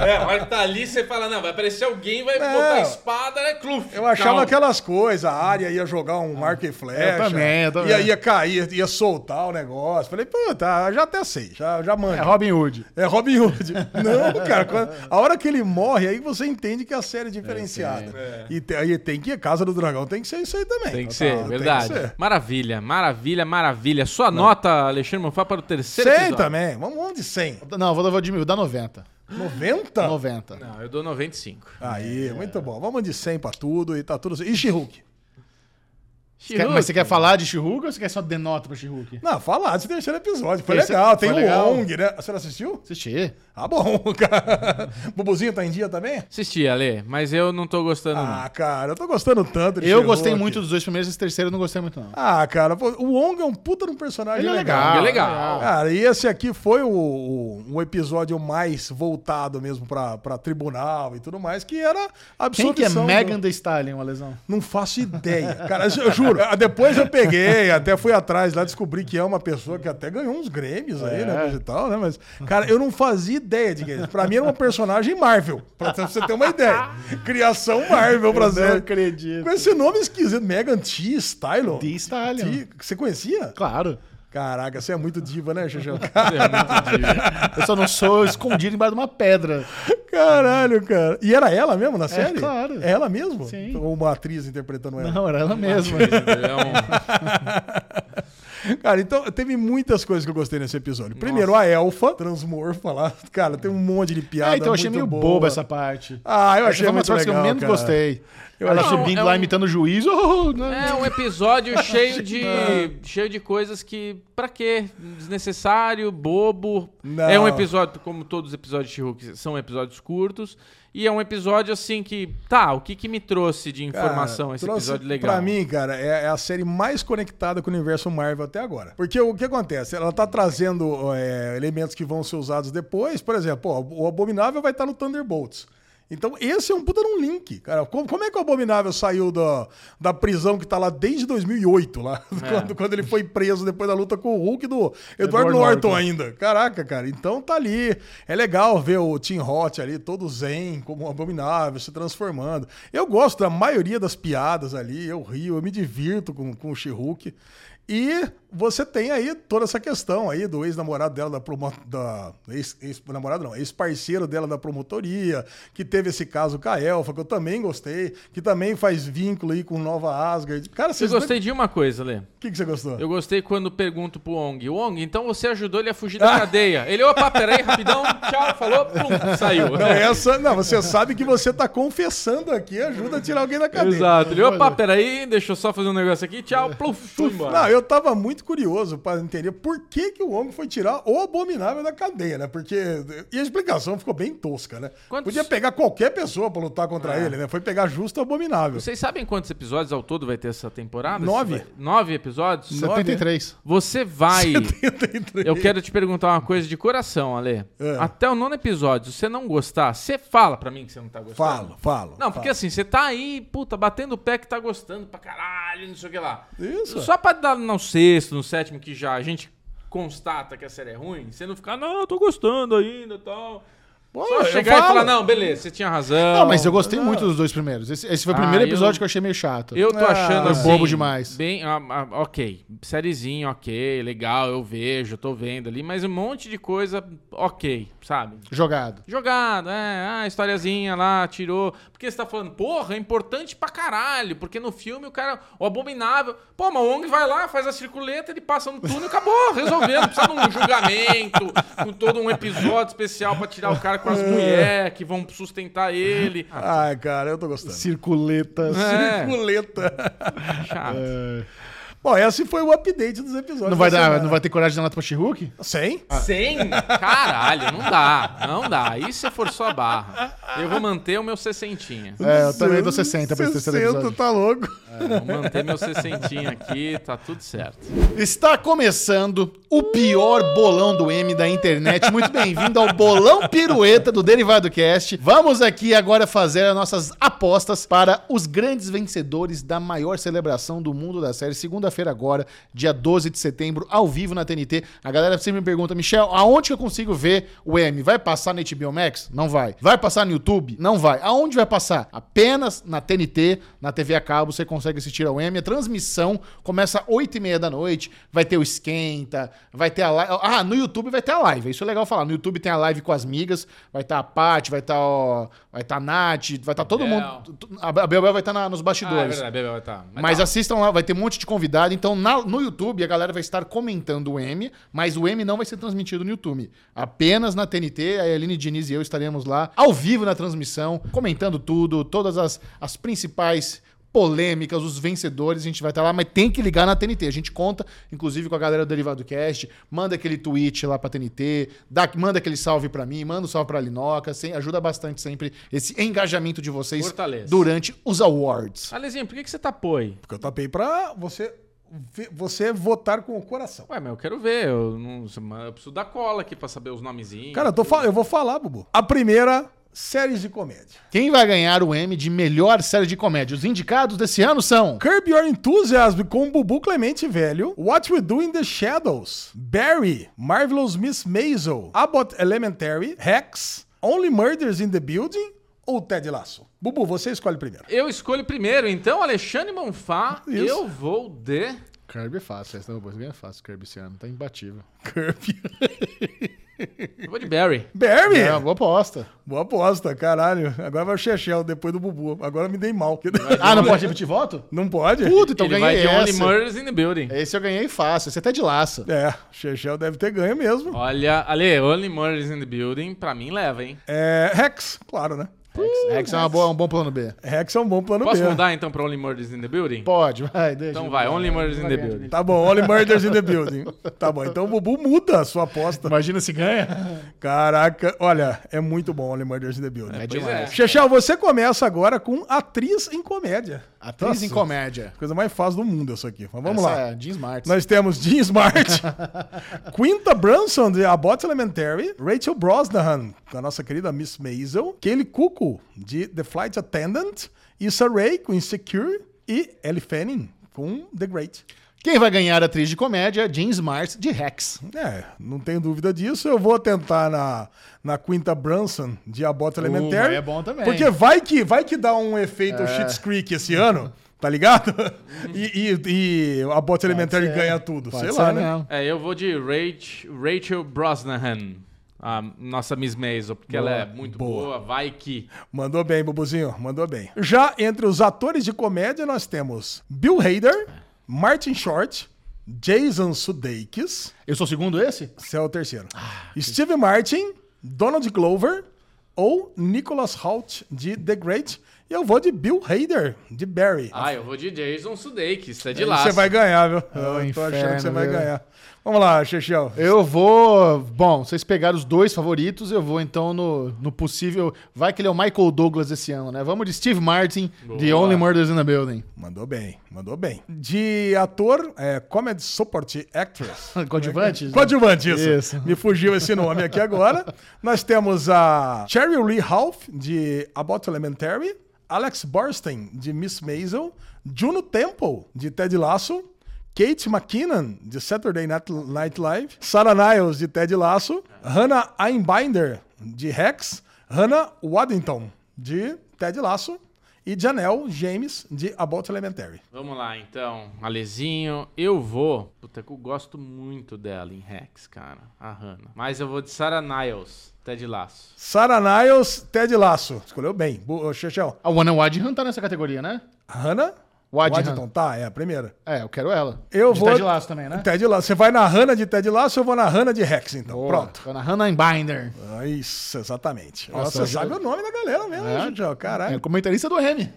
[SPEAKER 3] É, a hora que tá ali, você fala, não, vai aparecer alguém, vai
[SPEAKER 2] Não.
[SPEAKER 3] botar a espada, né? Cluf.
[SPEAKER 2] Eu achava
[SPEAKER 3] Não.
[SPEAKER 2] aquelas coisas, a área ia jogar um arco e flecha.
[SPEAKER 1] Eu também, eu também.
[SPEAKER 2] Ia, ia cair, ia soltar o negócio. Falei, puta, já até sei, já, já
[SPEAKER 1] É
[SPEAKER 2] manja.
[SPEAKER 1] Robin Hood.
[SPEAKER 2] É Robin Hood. [laughs] Não, cara, quando- a hora que ele morre, aí você entende que a série é diferenciada. E te- aí tem que, Casa do Dragão tem que ser isso aí também.
[SPEAKER 3] Tem que ser,
[SPEAKER 2] Tá, tem
[SPEAKER 3] verdade.
[SPEAKER 2] que ser.
[SPEAKER 3] Maravilha, maravilha, maravilha. Sua nota, Alexandre Monfá, para o terceiro
[SPEAKER 2] 100
[SPEAKER 3] episódio.
[SPEAKER 2] também, vamos vamos de 100.
[SPEAKER 1] Não, eu vou, eu vou diminuir, dá 90.
[SPEAKER 2] 90?
[SPEAKER 1] 90.
[SPEAKER 3] Não, eu dou 95.
[SPEAKER 2] Aí, muito bom. Vamos de 100 pra tudo e tá tudo certo. E Shihulk?
[SPEAKER 1] Quer- mas você quer falar de Shihulk ou você quer só denota pra Shihulk?
[SPEAKER 2] Não, fala desse terceiro episódio. Foi
[SPEAKER 1] Esse-
[SPEAKER 2] legal,
[SPEAKER 1] foi
[SPEAKER 2] tem
[SPEAKER 1] legal.
[SPEAKER 2] o ONG, né? Você não assistiu?
[SPEAKER 1] Assisti.
[SPEAKER 2] Ah, bom, [laughs] cara. Bubuzinho tá em dia também?
[SPEAKER 3] Assisti, Ale, mas eu não tô gostando não.
[SPEAKER 2] Ah, cara, eu tô gostando tanto de
[SPEAKER 1] Eu
[SPEAKER 2] Sherlock.
[SPEAKER 1] gostei muito dos dois primeiros, esse terceiro eu não gostei muito, não.
[SPEAKER 2] Ah, cara, pô, o Wong é um puta de um personagem
[SPEAKER 1] Ele é
[SPEAKER 2] legal.
[SPEAKER 1] legal.
[SPEAKER 3] é legal.
[SPEAKER 2] Cara, e esse aqui foi o, o, um episódio mais voltado mesmo pra, pra tribunal e tudo mais, que era
[SPEAKER 1] Quem
[SPEAKER 2] absurdo.
[SPEAKER 1] que é Megan Thee Stallion, uma lesão?
[SPEAKER 2] Não faço ideia. Cara, eu juro. Ah, Depois eu peguei, até fui atrás lá, descobri que é uma pessoa que até ganhou uns Grêmios aí,
[SPEAKER 1] É.
[SPEAKER 2] né? coisa E tal, né? Mas, cara, eu não fazia ideia de quem. é Pra mim era uma personagem Marvel. Pra você ter uma ideia. Criação Marvel pra
[SPEAKER 1] não
[SPEAKER 2] ser.
[SPEAKER 1] acredito.
[SPEAKER 2] Com esse nome esquisito, Megan T. Stylon.
[SPEAKER 1] Thee Stallion.
[SPEAKER 2] T. Você conhecia?
[SPEAKER 1] Claro.
[SPEAKER 2] Caraca, você é muito diva, né, Xuxa?
[SPEAKER 1] Eu só não sou [laughs] escondido embaixo de uma pedra.
[SPEAKER 2] Caralho, cara. E era ela mesmo na série?
[SPEAKER 1] claro.
[SPEAKER 2] É ela mesmo?
[SPEAKER 1] Sim.
[SPEAKER 2] Ou uma atriz interpretando ela?
[SPEAKER 1] Não, era ela mesma.
[SPEAKER 3] É um-
[SPEAKER 2] Cara, então teve muitas coisas que eu gostei nesse episódio. Primeiro, a elfa, transmorfa lá. Cara, tem um monte de piada.
[SPEAKER 1] Ah, então eu achei meio
[SPEAKER 2] muito boa.
[SPEAKER 1] boba essa parte.
[SPEAKER 2] Ah, eu achei
[SPEAKER 1] Essa foi uma
[SPEAKER 2] muito
[SPEAKER 1] das partes
[SPEAKER 2] legal,
[SPEAKER 1] que eu menos
[SPEAKER 2] cara.
[SPEAKER 1] gostei. Ela
[SPEAKER 3] achei-
[SPEAKER 1] subindo
[SPEAKER 3] Não, é
[SPEAKER 1] lá,
[SPEAKER 3] um-
[SPEAKER 1] imitando o juiz. [laughs] Oh, não.
[SPEAKER 3] é um
[SPEAKER 2] [laughs]
[SPEAKER 3] episódio cheio de cheio de coisas que pra quê? Desnecessário, bobo.
[SPEAKER 2] Não.
[SPEAKER 3] É um episódio como todos os episódios de Hulk são episódios curtos e é um episódio assim que tá, o que que me trouxe de
[SPEAKER 2] Cara,
[SPEAKER 3] informação esse
[SPEAKER 2] trouxe-
[SPEAKER 3] episódio legal?
[SPEAKER 2] Pra mim, cara, é, é a série mais conectada com o universo Marvel até agora. Porque o que acontece? Ela tá trazendo é, elementos que vão ser usados depois. Por exemplo, ó, o Abominável vai estar no tá Thunderbolts. Então, esse é um puta num link, cara. Como, como é que o Abominável saiu da, da prisão que tá lá desde 2008, lá? [laughs]
[SPEAKER 3] É.
[SPEAKER 2] Quando, quando ele foi preso depois da luta com o Hulk do Eduardo
[SPEAKER 1] Edward
[SPEAKER 2] Norton
[SPEAKER 1] Norton.
[SPEAKER 2] ainda. Caraca, cara. Então tá ali. É legal ver o Tim Roth ali, todo zen, como um Abominável, se transformando. Eu gosto da maioria das piadas ali. Eu rio, eu me divirto com, com o She-Hulk. E você tem aí toda essa questão aí do ex-namorado dela da promo... da ex- ex-namorado não, ex-parceiro dela da promotoria, que teve esse caso com a Elfa, que eu também gostei, que também faz vínculo aí com Nova Asgard. Cara,
[SPEAKER 3] Eu
[SPEAKER 2] vocês
[SPEAKER 3] gostei de uma coisa, Lê.
[SPEAKER 2] O que, que você gostou?
[SPEAKER 3] Eu gostei quando pergunto pro Ong, Ong, então você ajudou ele a fugir
[SPEAKER 2] Ah.
[SPEAKER 3] da cadeia. Ele, opa, peraí, rapidão, tchau, falou, pum, saiu.
[SPEAKER 2] Não, é essa, não, você sabe que você tá confessando aqui, ajuda a tirar alguém da cadeia.
[SPEAKER 3] [laughs] Exato. Ele, opa, peraí, deixa eu só fazer um negócio aqui, tchau, pluf, fui embora.
[SPEAKER 2] Não, eu tava muito curioso pra entender por que, que o homem foi tirar o abominável da cadeia, né? Porque. E a explicação ficou bem tosca, né?
[SPEAKER 3] Quantos- Ah.
[SPEAKER 2] Podia pegar qualquer pessoa pra lutar contra ele, né? Foi pegar justo o abominável.
[SPEAKER 3] Vocês sabem quantos episódios ao todo vai ter essa temporada?
[SPEAKER 2] Nove.
[SPEAKER 3] É, Nove episódios?
[SPEAKER 1] 73.
[SPEAKER 3] Você vai.
[SPEAKER 2] [laughs] Eu
[SPEAKER 3] Eu quero te perguntar uma coisa de coração, Ale.
[SPEAKER 2] É.
[SPEAKER 3] Até o nono episódio, se você não gostar, você fala pra mim que você não tá gostando.
[SPEAKER 2] Falo, falo.
[SPEAKER 3] Não, porque
[SPEAKER 2] falo.
[SPEAKER 3] assim, você tá aí, puta, batendo o pé que tá gostando pra caralho, não sei o que lá.
[SPEAKER 2] Isso.
[SPEAKER 3] assim,
[SPEAKER 2] é.
[SPEAKER 3] Só pra dar no sexto, no sétimo, que já a gente constata que a série é ruim, você não ficar, não, eu tô gostando ainda e tal.
[SPEAKER 2] Pô,
[SPEAKER 3] Só
[SPEAKER 2] eu
[SPEAKER 3] chegar e
[SPEAKER 2] falo.
[SPEAKER 3] falar, não, beleza, você tinha razão.
[SPEAKER 1] Não, mas eu gostei muito dos dois primeiros. Esse, esse foi o primeiro
[SPEAKER 3] Ah, eu-
[SPEAKER 1] episódio que eu achei meio chato.
[SPEAKER 3] Eu tô
[SPEAKER 2] Ah,
[SPEAKER 3] achando
[SPEAKER 2] foi
[SPEAKER 3] assim,
[SPEAKER 1] bobo demais.
[SPEAKER 3] Bem, ah, ah, ok, sériezinha, ok, legal, eu vejo, tô vendo ali, mas um monte de coisa, ok, sabe?
[SPEAKER 1] Jogado.
[SPEAKER 3] Jogado, é, ah, historiazinha lá, tirou. Porque você tá falando, porra, é importante pra caralho, porque no filme o cara, o abominável. Pô, mas o Wong vai lá, faz a circuleta, ele passa no túnel e acabou, resolvendo. Não Precisa de um julgamento, com todo um episódio especial pra tirar o cara com as mulheres que vão sustentar ele.
[SPEAKER 2] Ai, cara, eu tô gostando.
[SPEAKER 1] Circuletas.
[SPEAKER 3] É.
[SPEAKER 2] Circuleta.
[SPEAKER 3] Chato.
[SPEAKER 2] [laughs]
[SPEAKER 1] É.
[SPEAKER 2] Bom, esse foi o update dos episódios.
[SPEAKER 1] Não vai,
[SPEAKER 2] da
[SPEAKER 1] dar,
[SPEAKER 2] semana.
[SPEAKER 1] não vai ter coragem de dar nota pra She-Hulk?
[SPEAKER 2] Sem?
[SPEAKER 3] Sem? Caralho, não dá, não dá. Aí você forçou a barra. Eu vou manter o
[SPEAKER 2] [laughs]
[SPEAKER 3] meu sessentinha.
[SPEAKER 1] É, eu também dou 60 pra esse terceiro
[SPEAKER 2] 60,
[SPEAKER 1] episódio. É.
[SPEAKER 2] tá louco.
[SPEAKER 3] Vou manter meu sessentinha aqui, tá tudo certo.
[SPEAKER 1] Ah, é Está começando o pior bolão do M da internet. Muito bem-vindo ao Bolão Pirueta do Derivado Cast. Vamos aqui agora fazer as nossas apostas para os grandes vencedores da maior celebração do mundo da série. Segunda-feira agora, dia 12 de setembro, ao vivo na TNT. A galera sempre me pergunta, Michel, aonde que eu consigo ver o M? Vai passar na HBO Max? Não vai. Vai passar no YouTube? Não vai. Aonde vai passar? Apenas na TNT, na TV a cabo, você consegue assistir ao M. A transmissão começa às 8h30 da noite, vai ter o Esquenta, vai ter a live... Ah, no YouTube vai ter a live, isso é legal falar. No YouTube tem a live com as migas, vai estar a Paty, vai estar o... vai estar a Nath, vai estar todo
[SPEAKER 3] Bel.
[SPEAKER 1] mundo... A Bebel vai estar na- nos
[SPEAKER 3] Ah, é
[SPEAKER 1] bastidores.
[SPEAKER 3] verdade, Bebel, tá.
[SPEAKER 1] Mas assistam lá, vai ter um monte de convidado. Então, na- no YouTube, a galera vai estar comentando o M, mas o M não vai ser transmitido no YouTube. Apenas na TNT, a Eline Diniz e eu estaremos lá, ao vivo na transmissão, comentando tudo, todas as, as principais polêmicas, os vencedores, a gente vai estar lá, mas tem que ligar na TNT. A gente conta, inclusive, com a galera do Derivado Cast, manda aquele tweet lá pra TNT, dá- manda aquele salve pra mim, manda um salve pra Linoca, sem- ajuda bastante sempre esse engajamento de vocês
[SPEAKER 3] Fortalece.
[SPEAKER 1] durante os awards.
[SPEAKER 3] Alezinho, por que, que você tá tapou aí?
[SPEAKER 2] Porque eu tapei pra você, ver- você votar com o coração.
[SPEAKER 3] Ué, mas eu quero ver. Eu, não, eu preciso da cola aqui pra saber os nomezinhos.
[SPEAKER 2] Cara, eu, tô fal- eu vou falar, Bubu. A primeira, séries de comédia.
[SPEAKER 1] Quem vai ganhar o M de melhor série de comédia? Os indicados desse ano são.
[SPEAKER 2] Curb Your Enthusiasm com Bubu Clemente Velho, What We Do in the Shadows, Barry, Marvelous Miss Maisel, Abbott Elementary, Rex, Only Murders in the Building ou Ted Lasso? Bubu, você escolhe primeiro.
[SPEAKER 3] Eu escolho primeiro, então, Alexandre Monfá,
[SPEAKER 2] Isso.
[SPEAKER 3] eu vou de.
[SPEAKER 1] Kirby é fácil, essa não é fácil, Kirby esse ano, tá imbatível.
[SPEAKER 2] Curb.
[SPEAKER 3] Eu vou de Barry.
[SPEAKER 2] Barry!
[SPEAKER 1] É uma boa [laughs] aposta.
[SPEAKER 2] Boa aposta, caralho. Agora vai o Chechel depois do Bubu. Agora me dei mal.
[SPEAKER 1] Ah, não pode repetir voto?
[SPEAKER 2] [laughs] Não pode?
[SPEAKER 1] Puta, então
[SPEAKER 3] Ele vai
[SPEAKER 1] ganhei
[SPEAKER 3] de Only
[SPEAKER 1] essa.
[SPEAKER 3] Murders in the Building.
[SPEAKER 1] Esse eu ganhei fácil, esse até de laço.
[SPEAKER 2] É, Chechel deve ter ganho mesmo.
[SPEAKER 3] Olha, Ale, Only Murders in the Building, pra mim leva, hein?
[SPEAKER 2] É, Rex, claro, né?
[SPEAKER 1] Rex é uma boa, um bom plano B.
[SPEAKER 2] Rex é um bom plano
[SPEAKER 3] Posso
[SPEAKER 2] B.
[SPEAKER 3] mudar então pra Only Murders in the Building?
[SPEAKER 1] Pode, vai, deixa.
[SPEAKER 3] Então vai, Only Murders in the Building.
[SPEAKER 2] Tá bom, Only Murders in the Building. Tá bom, então o Bubu muda a sua aposta.
[SPEAKER 1] Imagina se ganha.
[SPEAKER 2] Caraca, olha, é muito bom Only Murders in the Building.
[SPEAKER 1] É
[SPEAKER 3] Pois
[SPEAKER 1] demais.
[SPEAKER 2] Chechel, você começa agora com atriz em comédia.
[SPEAKER 1] Atriz em
[SPEAKER 2] Nossa,
[SPEAKER 1] comédia.
[SPEAKER 2] Coisa mais fácil do mundo essa aqui. Mas vamos
[SPEAKER 1] Essa
[SPEAKER 2] lá.
[SPEAKER 1] É, Jean Smart.
[SPEAKER 2] Nós temos
[SPEAKER 1] [laughs]
[SPEAKER 2] Jean Smart, Quinta Brunson de Abbott Elementary, Rachel Brosnahan, com a nossa querida Miss Maisel, Kelly Cuco grupo de The Flight Attendant, Issa Rae com Insecure e Ellie Fanning com The Great.
[SPEAKER 1] Quem vai ganhar a atriz de comédia? Jean Smart, de Rex.
[SPEAKER 2] É, não tenho dúvida disso. Eu vou tentar na, na Quinta Brunson de A Bota Elementar.
[SPEAKER 1] é bom também.
[SPEAKER 2] Porque vai que, vai que dá um efeito é. Shit's Creek esse ano, tá ligado? [laughs] E, e- e A Bota Elementar
[SPEAKER 1] ser.
[SPEAKER 2] ganha tudo.
[SPEAKER 1] Pode
[SPEAKER 2] Sei
[SPEAKER 1] ser,
[SPEAKER 2] lá, né?
[SPEAKER 1] não.
[SPEAKER 3] É, eu vou de Rach- Rachel Brosnahan, a nossa Miss Maisel, porque ela é muito boa. vai que...
[SPEAKER 2] Mandou bem, Bubuzinho, mandou bem. Já entre os atores de comédia, nós temos Bill Hader, Martin Short, Jason Sudeikis,
[SPEAKER 1] Eu sou o segundo esse?
[SPEAKER 2] esse é o terceiro,
[SPEAKER 3] Ah,
[SPEAKER 2] Steve Martin, Donald Glover ou Nicholas Hoult de The Great. E eu vou de Bill Hader, de Barry.
[SPEAKER 3] Ah, eu vou de Jason Sudeikis, tá de
[SPEAKER 2] Aí
[SPEAKER 3] lá.
[SPEAKER 2] você vai ganhar, viu? eu tô
[SPEAKER 1] É um inferno,
[SPEAKER 2] achando que você vai
[SPEAKER 1] viu?
[SPEAKER 2] ganhar. Vamos lá, Chechel.
[SPEAKER 1] Eu vou. Bom, vocês pegaram os dois favoritos, eu vou então no, no possível. Vai que ele é o Michael Douglas esse ano, né? Vamos de Steve Martin, The
[SPEAKER 3] Boa.
[SPEAKER 1] Only Murders in the [laughs] Building.
[SPEAKER 2] Mandou bem, mandou bem. De ator, é, Comedy Support Actress.
[SPEAKER 1] Coadjuvante?
[SPEAKER 2] Coadjuvante, isso.
[SPEAKER 1] Isso.
[SPEAKER 2] Me fugiu esse nome aqui agora. Nós temos a Cheryl Lee Ralph, de About Elementary, Alex Borstein, de Miss Maisel, Juno Temple, de Ted Lasso, Kate McKinnon, de Saturday Night Night Live, Sarah Niles, de Ted Lasso, Hannah Einbinder, de Rex, Hannah Waddington, de Ted Lasso, e Janelle James, de About Elementary.
[SPEAKER 3] Vamos lá, então. Alezinho, eu vou... Puta, que eu gosto muito dela em Rex, cara. A Hannah. Mas eu vou de Sarah Niles, tá Ted Lasso.
[SPEAKER 2] Sarah Niles, Ted Lasso. Escolheu bem. Bo- ô, Chechel.
[SPEAKER 1] A Wanna Wadham tá nessa categoria, né?
[SPEAKER 2] Hannah
[SPEAKER 1] Wadham.
[SPEAKER 2] Waddington, tá, é a primeira.
[SPEAKER 1] É, eu quero ela.
[SPEAKER 2] Eu
[SPEAKER 1] de
[SPEAKER 2] vou.
[SPEAKER 1] Ted Lasso também, né?
[SPEAKER 2] Ted Lasso. Você vai na Hannah de Ted Lasso, eu vou na Hannah de Rex, então.
[SPEAKER 1] Boa.
[SPEAKER 2] Pronto.
[SPEAKER 1] Tô na Hannah Binder.
[SPEAKER 2] Ah, Isso, exatamente.
[SPEAKER 1] Nossa,
[SPEAKER 2] Nossa,
[SPEAKER 1] eu
[SPEAKER 2] você
[SPEAKER 1] já-
[SPEAKER 2] sabe o nome da galera mesmo,
[SPEAKER 1] É?
[SPEAKER 2] é? Jujel,
[SPEAKER 1] É
[SPEAKER 2] caralho.
[SPEAKER 1] comentarista do Remy.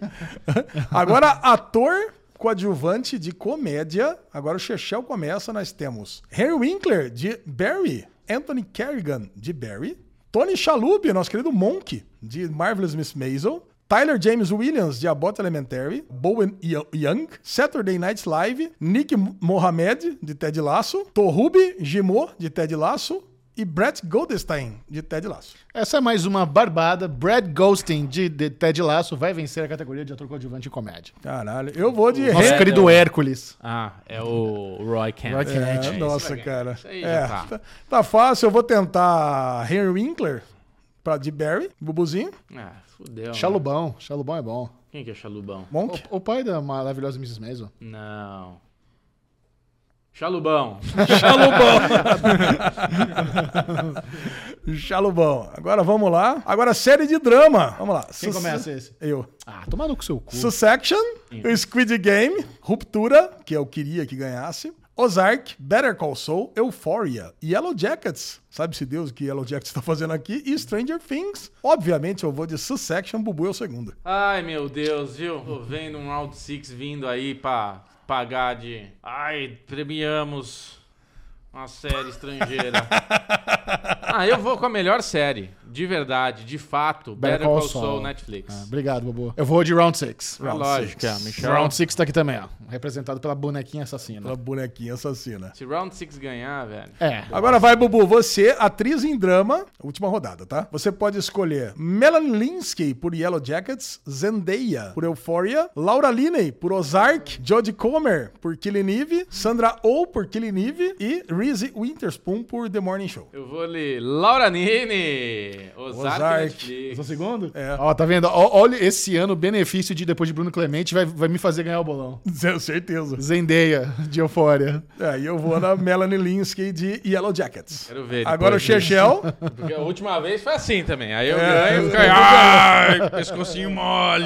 [SPEAKER 2] Agora, ator coadjuvante de comédia. Agora o Chechel começa, nós temos Harry Winkler, de Barry. Anthony Kerrigan, de Barry. Tony Chalub, nosso querido Monk, de Marvelous Miss Maisel. Tyler James Williams, de Abbott Elementary. Bowen Yo- Young. Saturday Night Live. Nick Mohamed, de Ted Lasso. Torubi Gimô, de Ted Lasso. E Brett Goldstein, de Ted Lasso.
[SPEAKER 1] Essa é mais uma barbada. Brad Goldstein, de, de Ted Lasso, vai vencer a categoria de ator coadjuvante em comédia.
[SPEAKER 2] Caralho, eu vou de...
[SPEAKER 1] Nosso
[SPEAKER 3] É,
[SPEAKER 1] querido
[SPEAKER 3] eu-
[SPEAKER 1] Hércules.
[SPEAKER 3] Ah, é o Roy Kent.
[SPEAKER 1] Roy Kent.
[SPEAKER 2] É,
[SPEAKER 1] Isso
[SPEAKER 2] nossa,
[SPEAKER 3] vai ganhar.
[SPEAKER 2] cara.
[SPEAKER 3] Isso aí já
[SPEAKER 2] É,
[SPEAKER 3] tá.
[SPEAKER 2] tá, tá fácil, eu vou tentar Henry Winkler pra, de Barry, Bubuzinho,
[SPEAKER 3] Ah, fudeu. né?
[SPEAKER 1] Xalubão. Xalubão é bom.
[SPEAKER 3] Quem que é Chalubão?
[SPEAKER 2] Monk.
[SPEAKER 1] O, o pai da maravilhosa Mrs. Maisel.
[SPEAKER 3] Não. Chalubão.
[SPEAKER 2] [laughs] Chalubão. Agora vamos lá. Agora série de drama. Vamos lá.
[SPEAKER 1] Quem
[SPEAKER 2] Sus-
[SPEAKER 1] começa esse?
[SPEAKER 2] Eu.
[SPEAKER 1] Ah, toma no com seu cu.
[SPEAKER 2] Sussection, o Squid Game, Ruptura, que eu queria que ganhasse, Ozark, Better Call Saul, Euphoria, Yellow Jackets, sabe-se Deus o que Yellow Jackets tá fazendo aqui, e Stranger Things. Obviamente eu vou de Sussection, Bubu é o segundo.
[SPEAKER 3] Ai, meu Deus, viu? Tô vendo um Round six vindo aí pra pagar de... Ai, premiamos uma série estrangeira. ah, eu vou com a melhor série. De verdade, de fato. Better, Call Saul,
[SPEAKER 1] Ah,
[SPEAKER 3] Netflix.
[SPEAKER 1] obrigado, Bobo. Eu vou de Round 6.
[SPEAKER 3] É lógico, é, Michel.
[SPEAKER 1] Round 6 tá aqui também, ó. Representado pela bonequinha assassina.
[SPEAKER 3] Tá.
[SPEAKER 2] Aquela bonequinha assassina.
[SPEAKER 3] Se Round six ganhar, velho...
[SPEAKER 1] É.
[SPEAKER 2] Agora vai, Bubu. Você, atriz em drama, última rodada, tá? Você pode escolher Melanie Linsky por Yellow Jackets, Zendaya por Euphoria, Laura Linney por Ozark, Jodie Comer por Killing Eve, Sandra Oh por Killing Eve e Reese Witherspoon por The Morning Show.
[SPEAKER 3] [laughs] Eu vou ler Laura Nini, Ozark,
[SPEAKER 2] Ozark.
[SPEAKER 3] Netflix.
[SPEAKER 1] Só segundo?
[SPEAKER 2] É.
[SPEAKER 1] Ó, tá vendo? Ó, olha esse ano o benefício de depois de Bruno Clemente vai, vai me fazer ganhar o bolão.
[SPEAKER 2] Tenho certeza.
[SPEAKER 1] Zendeia, de Eufória.
[SPEAKER 2] Aí eu vou na Melanie Linsky de Yellow Jackets.
[SPEAKER 3] Quero ver
[SPEAKER 2] Agora o
[SPEAKER 3] depois disso.
[SPEAKER 2] Chechel.
[SPEAKER 3] [laughs] Porque a última vez foi assim também. Aí eu "Ah,
[SPEAKER 2] É,
[SPEAKER 3] ganho,
[SPEAKER 2] eu-
[SPEAKER 3] fico aí, ai, pescocinho mole.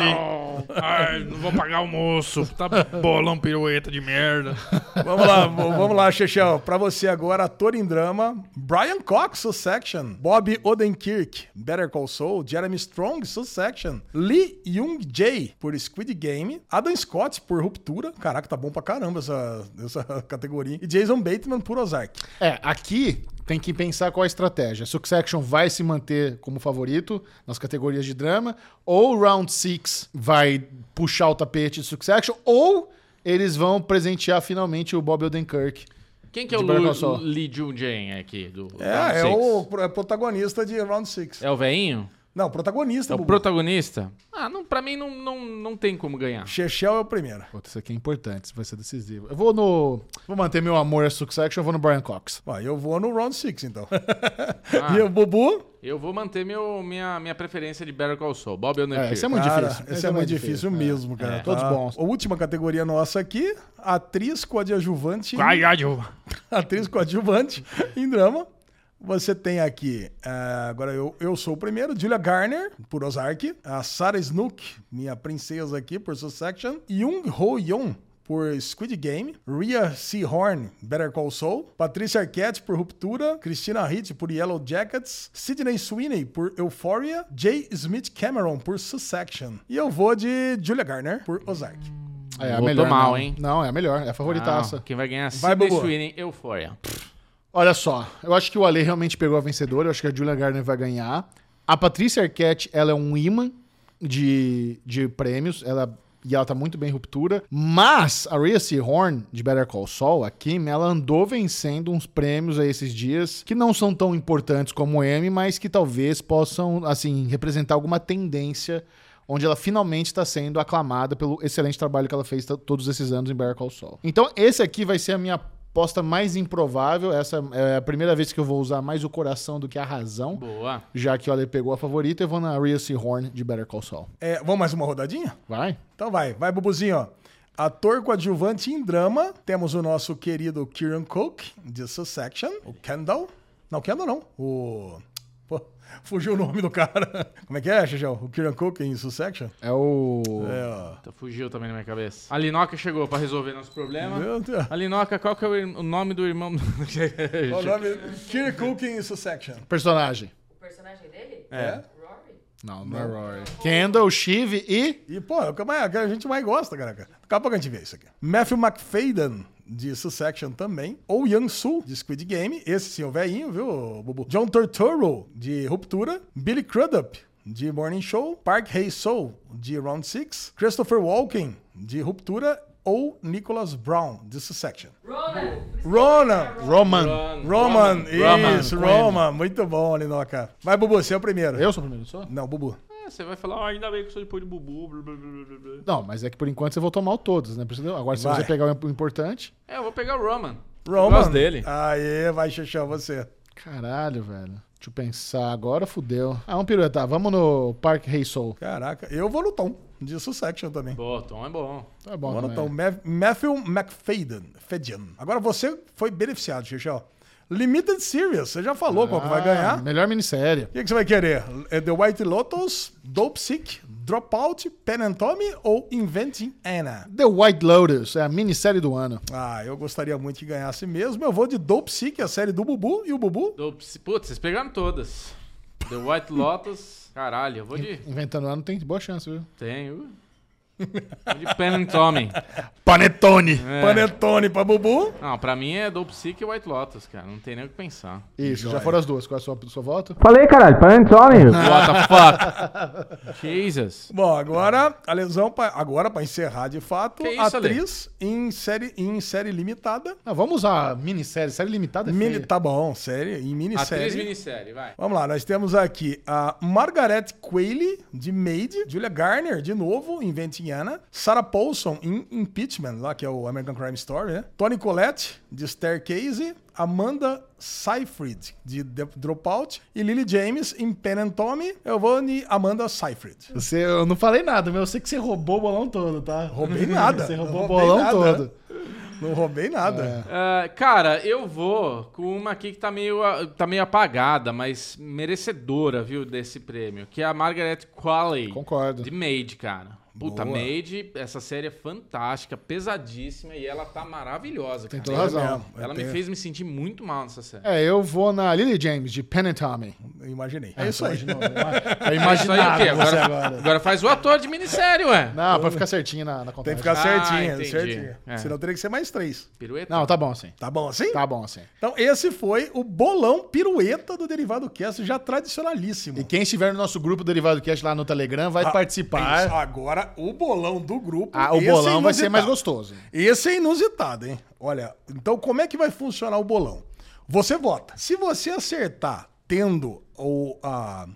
[SPEAKER 3] Ai, não vou pagar almoço. Tá bolão pirueta de merda.
[SPEAKER 2] Vamos lá, v- vamos lá, Chechel. Pra você agora, ator em drama, Brian Cox, Sussection, Bob Odenkirk, Better Call Saul, Jeremy Strong, Sussection, Lee Young-jae por Squid Game, Adam Scott por Ruptura, caraca, tá bom pra caramba essa, essa [laughs] categoria, e Jason Bateman por Ozark.
[SPEAKER 1] É, aqui tem que pensar qual a estratégia. Succession vai se manter como favorito nas categorias de drama, ou Round 6 vai puxar o tapete de Succession, ou eles vão presentear finalmente o Bob Odenkirk.
[SPEAKER 3] Quem que é o
[SPEAKER 1] De Better Call
[SPEAKER 3] Lu,
[SPEAKER 1] Saul.
[SPEAKER 3] Lee Jun Jin aqui do
[SPEAKER 2] É,
[SPEAKER 3] Round
[SPEAKER 2] é
[SPEAKER 3] Six?
[SPEAKER 2] o pro- é protagonista de Round 6.
[SPEAKER 3] É o veinho?
[SPEAKER 2] Não, protagonista.
[SPEAKER 3] É o
[SPEAKER 2] Bubu.
[SPEAKER 3] protagonista? Ah, não, pra mim não, não, não tem como ganhar.
[SPEAKER 2] Chechel é o primeiro.
[SPEAKER 1] Puta, isso aqui é importante, isso vai ser decisivo. Eu vou no. Vou manter meu amor a Succession, eu vou no Brian Cox.
[SPEAKER 2] Bom, eu vou no round 6,
[SPEAKER 3] [laughs]
[SPEAKER 2] então.
[SPEAKER 3] Ah.
[SPEAKER 2] E o Bubu?
[SPEAKER 3] Eu vou manter meu, minha, minha preferência de Better Call Saul. Bob Odenkirk.
[SPEAKER 1] É, esse é muito
[SPEAKER 2] cara,
[SPEAKER 1] difícil.
[SPEAKER 2] Esse é, muito difícil, mesmo, cara.
[SPEAKER 1] Todos bons.
[SPEAKER 2] A última categoria nossa aqui, atriz coadjuvante.
[SPEAKER 3] Ai, ai, eu-
[SPEAKER 2] atriz coadjuvante em drama. Você tem aqui, ah, agora eu, eu sou o primeiro, Julia Garner, por Ozark, a Sarah Snook, minha princesa aqui, por Succession, Jung Ho Yoon, por Squid Game, Rhea Seahorn, Better Call Saul, Patricia Arquette, por Ruptura, Christina Hitch, por Yellow Jackets, Sidney Sweeney, por Euphoria, Jay Smith Cameron, por Succession. E eu vou de Julia Garner, por Ozark.
[SPEAKER 1] É, a
[SPEAKER 3] Botou
[SPEAKER 1] melhor.
[SPEAKER 3] mal,
[SPEAKER 1] não.
[SPEAKER 3] hein?
[SPEAKER 1] Não, é a melhor, é a
[SPEAKER 3] Ah,
[SPEAKER 1] favoritaça.
[SPEAKER 3] quem vai ganhar?
[SPEAKER 2] Vai,
[SPEAKER 3] Sidney
[SPEAKER 2] Bubu.
[SPEAKER 3] Sweeney, Euphoria.
[SPEAKER 1] Olha só, eu acho que o Ale realmente pegou a vencedora, eu acho que a Julia Garner vai ganhar. A Patrícia Arquette, ela é um imã de, de prêmios, ela, e ela tá muito bem em ruptura. Mas a Rhea Seahorn, de Better Call Saul, a Kim, ela andou vencendo uns prêmios aí esses dias, que não são tão importantes como o Emmy, mas que talvez possam, assim, representar alguma tendência onde ela finalmente está sendo aclamada pelo excelente trabalho que ela fez t- todos esses anos em Better Call Saul. Então, esse aqui vai ser a minha aposta mais improvável. Essa é a primeira vez que eu vou usar mais o coração do que a razão,
[SPEAKER 3] Boa.
[SPEAKER 1] já que o Ale pegou a favorita, eu vou na Rhea Seahorn de Better Call Saul.
[SPEAKER 2] É, vamos mais uma rodadinha?
[SPEAKER 1] Vai?
[SPEAKER 2] Então vai, vai, Bubuzinho. ó. Ator coadjuvante em drama, temos o nosso querido Kieran Cook, de Succession, o Kendall. Não, Kendall não. O. Pô, fugiu o nome do cara. [laughs] Como é que é, Xixão? O Kieran Cook em Succession?
[SPEAKER 1] É o...
[SPEAKER 2] É, ó.
[SPEAKER 3] Tá, Fugiu também na minha cabeça. A Linoca chegou pra resolver nosso problema.
[SPEAKER 2] Meu Deus.
[SPEAKER 3] A Linoca, qual que é o, ir- o nome do irmão? do-
[SPEAKER 2] O nome Kieran Cook em Succession.
[SPEAKER 1] Personagem.
[SPEAKER 5] O personagem dele?
[SPEAKER 2] É.
[SPEAKER 5] Rory?
[SPEAKER 1] Não, não é Rory. Kendall, Shiv e...
[SPEAKER 2] E, pô, é o que mais- é o que a gente mais gosta, caraca. Daqui a pouco a gente vê isso aqui. Matthew McFadden, de Succession também. Ou Yang Su, de Squid Game. Esse sim, é o velhinho, viu, Bubu? John Turturro, de Ruptura. Billy Crudup, de Morning Show. Park Hae-soo, de Round Six, Christopher Walken, de Ruptura. Ou Nicholas Brown, de Succession.
[SPEAKER 5] Ronan!
[SPEAKER 2] Ronan!
[SPEAKER 1] [laughs] Roman.
[SPEAKER 2] Roman,
[SPEAKER 3] Roman,
[SPEAKER 2] isso,
[SPEAKER 1] com ele.
[SPEAKER 2] Roman. Muito bom, Linoca. Vai, Bubu, você é o primeiro.
[SPEAKER 1] Eu sou o primeiro, sou?
[SPEAKER 2] Não, Bubu.
[SPEAKER 3] É, você vai falar, "Ah, ainda bem que eu sou depois de Bubu. blá, blá, blá, blá, blá."
[SPEAKER 1] Não, mas é que por enquanto você vou tomar todos, né? Precisa- Agora, se
[SPEAKER 2] Vai.
[SPEAKER 1] você pegar o importante...
[SPEAKER 3] É, eu vou pegar o Roman. Eu
[SPEAKER 2] Roman.
[SPEAKER 3] gosto dele.
[SPEAKER 2] Aê, vai, Xixão, você.
[SPEAKER 1] Caralho, velho. Deixa eu pensar. Agora fudeu. Ah, vamos piruetar. Vamos no Park Rei Soul.
[SPEAKER 2] Caraca, eu vou no Tom, de Succession também.
[SPEAKER 3] Bom, Tom é bom.
[SPEAKER 1] Tá bom,
[SPEAKER 2] Vou no
[SPEAKER 1] também.
[SPEAKER 2] Tom. Ma- Matthew McFadden. Fadden. Agora você foi beneficiado, Xixão. Limited Series, você já falou qual que vai
[SPEAKER 1] Ah,
[SPEAKER 2] ganhar. O
[SPEAKER 1] Melhor minissérie.
[SPEAKER 2] que, que você vai querer? É The White Lotus, Dope Sick, Dropout, Pen and Tommy ou Inventing Anna?
[SPEAKER 1] The White Lotus é a minissérie do ano.
[SPEAKER 2] Ah, eu gostaria muito que ganhasse mesmo. Eu vou de Dope Sick, a série do Bubu. E o Bubu?
[SPEAKER 3] Do- Putz, vocês pegaram todas. The White Lotus. Caralho, eu vou de.
[SPEAKER 1] Inventando ano tem boa chance, viu?
[SPEAKER 3] Tenho. Vou de Pen and Tommy.
[SPEAKER 1] Panetone!
[SPEAKER 3] É.
[SPEAKER 2] Panetone pra Bubu.
[SPEAKER 3] Não, pra mim é Dope Sick e White Lotus, cara. Não tem nem o que pensar.
[SPEAKER 1] Isso, já
[SPEAKER 2] Joia.
[SPEAKER 1] foram as duas. Qual é a sua, sua voto?
[SPEAKER 6] Falei, caralho, para antes,
[SPEAKER 3] What the fuck? Jesus.
[SPEAKER 2] Bom, agora a lesão pra, agora para encerrar de fato,
[SPEAKER 3] Que isso, Ale? Tá
[SPEAKER 2] atriz em série em série limitada.
[SPEAKER 1] Não, vamos usar minissérie. Série limitada é
[SPEAKER 2] Mini,
[SPEAKER 1] feia.
[SPEAKER 2] tá bom, série em
[SPEAKER 3] Atriz
[SPEAKER 2] minissérie.
[SPEAKER 3] minissérie, vai.
[SPEAKER 2] Vamos lá, nós temos aqui a Margaret Qualley de Maid, Julia Garner de novo em Ventiana, Sarah Paulson em Impeachment, lá que é o American Crime Story, né? Toni Collette de Staircase, Amanda Seyfried de The Dropout e Lily James em Pen and Tommy. Eu vou de Amanda Seyfried.
[SPEAKER 1] Você, eu não falei nada, mas eu sei que você roubou o bolão todo, tá?
[SPEAKER 2] Roubei nada.
[SPEAKER 1] Você roubou
[SPEAKER 2] Não
[SPEAKER 1] o
[SPEAKER 2] roubei
[SPEAKER 1] bolão
[SPEAKER 2] nada.
[SPEAKER 1] todo.
[SPEAKER 2] Não roubei nada.
[SPEAKER 3] Ah, cara, eu vou com uma aqui que tá meio, ah, tá meio apagada, mas merecedora, viu, desse prêmio. Que é a Margaret Qualley.
[SPEAKER 1] Concordo.
[SPEAKER 3] De Maid, cara. Puta,
[SPEAKER 2] Boa.
[SPEAKER 3] Maid, essa série é fantástica, pesadíssima e ela tá maravilhosa,
[SPEAKER 1] Tem
[SPEAKER 3] cara.
[SPEAKER 1] toda razão.
[SPEAKER 2] É mesmo.
[SPEAKER 3] Ela me
[SPEAKER 2] Tem-
[SPEAKER 3] fez me sentir muito mal nessa série.
[SPEAKER 1] É, eu vou na Lily James, de Penn and Tommy. Ah,
[SPEAKER 2] Eu imaginei. É isso aí.
[SPEAKER 1] Hoje não, É é
[SPEAKER 3] Mas isso aí o quê?
[SPEAKER 1] imaginário você
[SPEAKER 3] Agora,
[SPEAKER 1] agora.
[SPEAKER 3] agora faz o ator de minissérie, ué.
[SPEAKER 1] Não, pra ficar certinho na, na
[SPEAKER 2] Tem que
[SPEAKER 1] contagem.
[SPEAKER 2] ficar
[SPEAKER 3] Ah,
[SPEAKER 2] certinho,
[SPEAKER 3] entendi.
[SPEAKER 2] certinho.
[SPEAKER 3] É.
[SPEAKER 2] Senão teria que ser mais três.
[SPEAKER 3] Pirueta.
[SPEAKER 1] Não, tá bom assim.
[SPEAKER 2] Tá bom assim?
[SPEAKER 1] Tá bom assim.
[SPEAKER 2] Então esse foi o bolão pirueta do Derivado Cast, já tradicionalíssimo.
[SPEAKER 1] E quem estiver no nosso grupo Derivado Cast lá no Telegram vai
[SPEAKER 2] Ah,
[SPEAKER 1] participar.
[SPEAKER 2] isso, agora o bolão do grupo.
[SPEAKER 1] Ah, o
[SPEAKER 2] esse
[SPEAKER 1] bolão
[SPEAKER 2] é
[SPEAKER 1] vai ser
[SPEAKER 2] inusitado.
[SPEAKER 1] mais gostoso.
[SPEAKER 2] Esse é inusitado, hein? Olha, então como é que vai funcionar o bolão? Você vota. Se você acertar tendo o, a,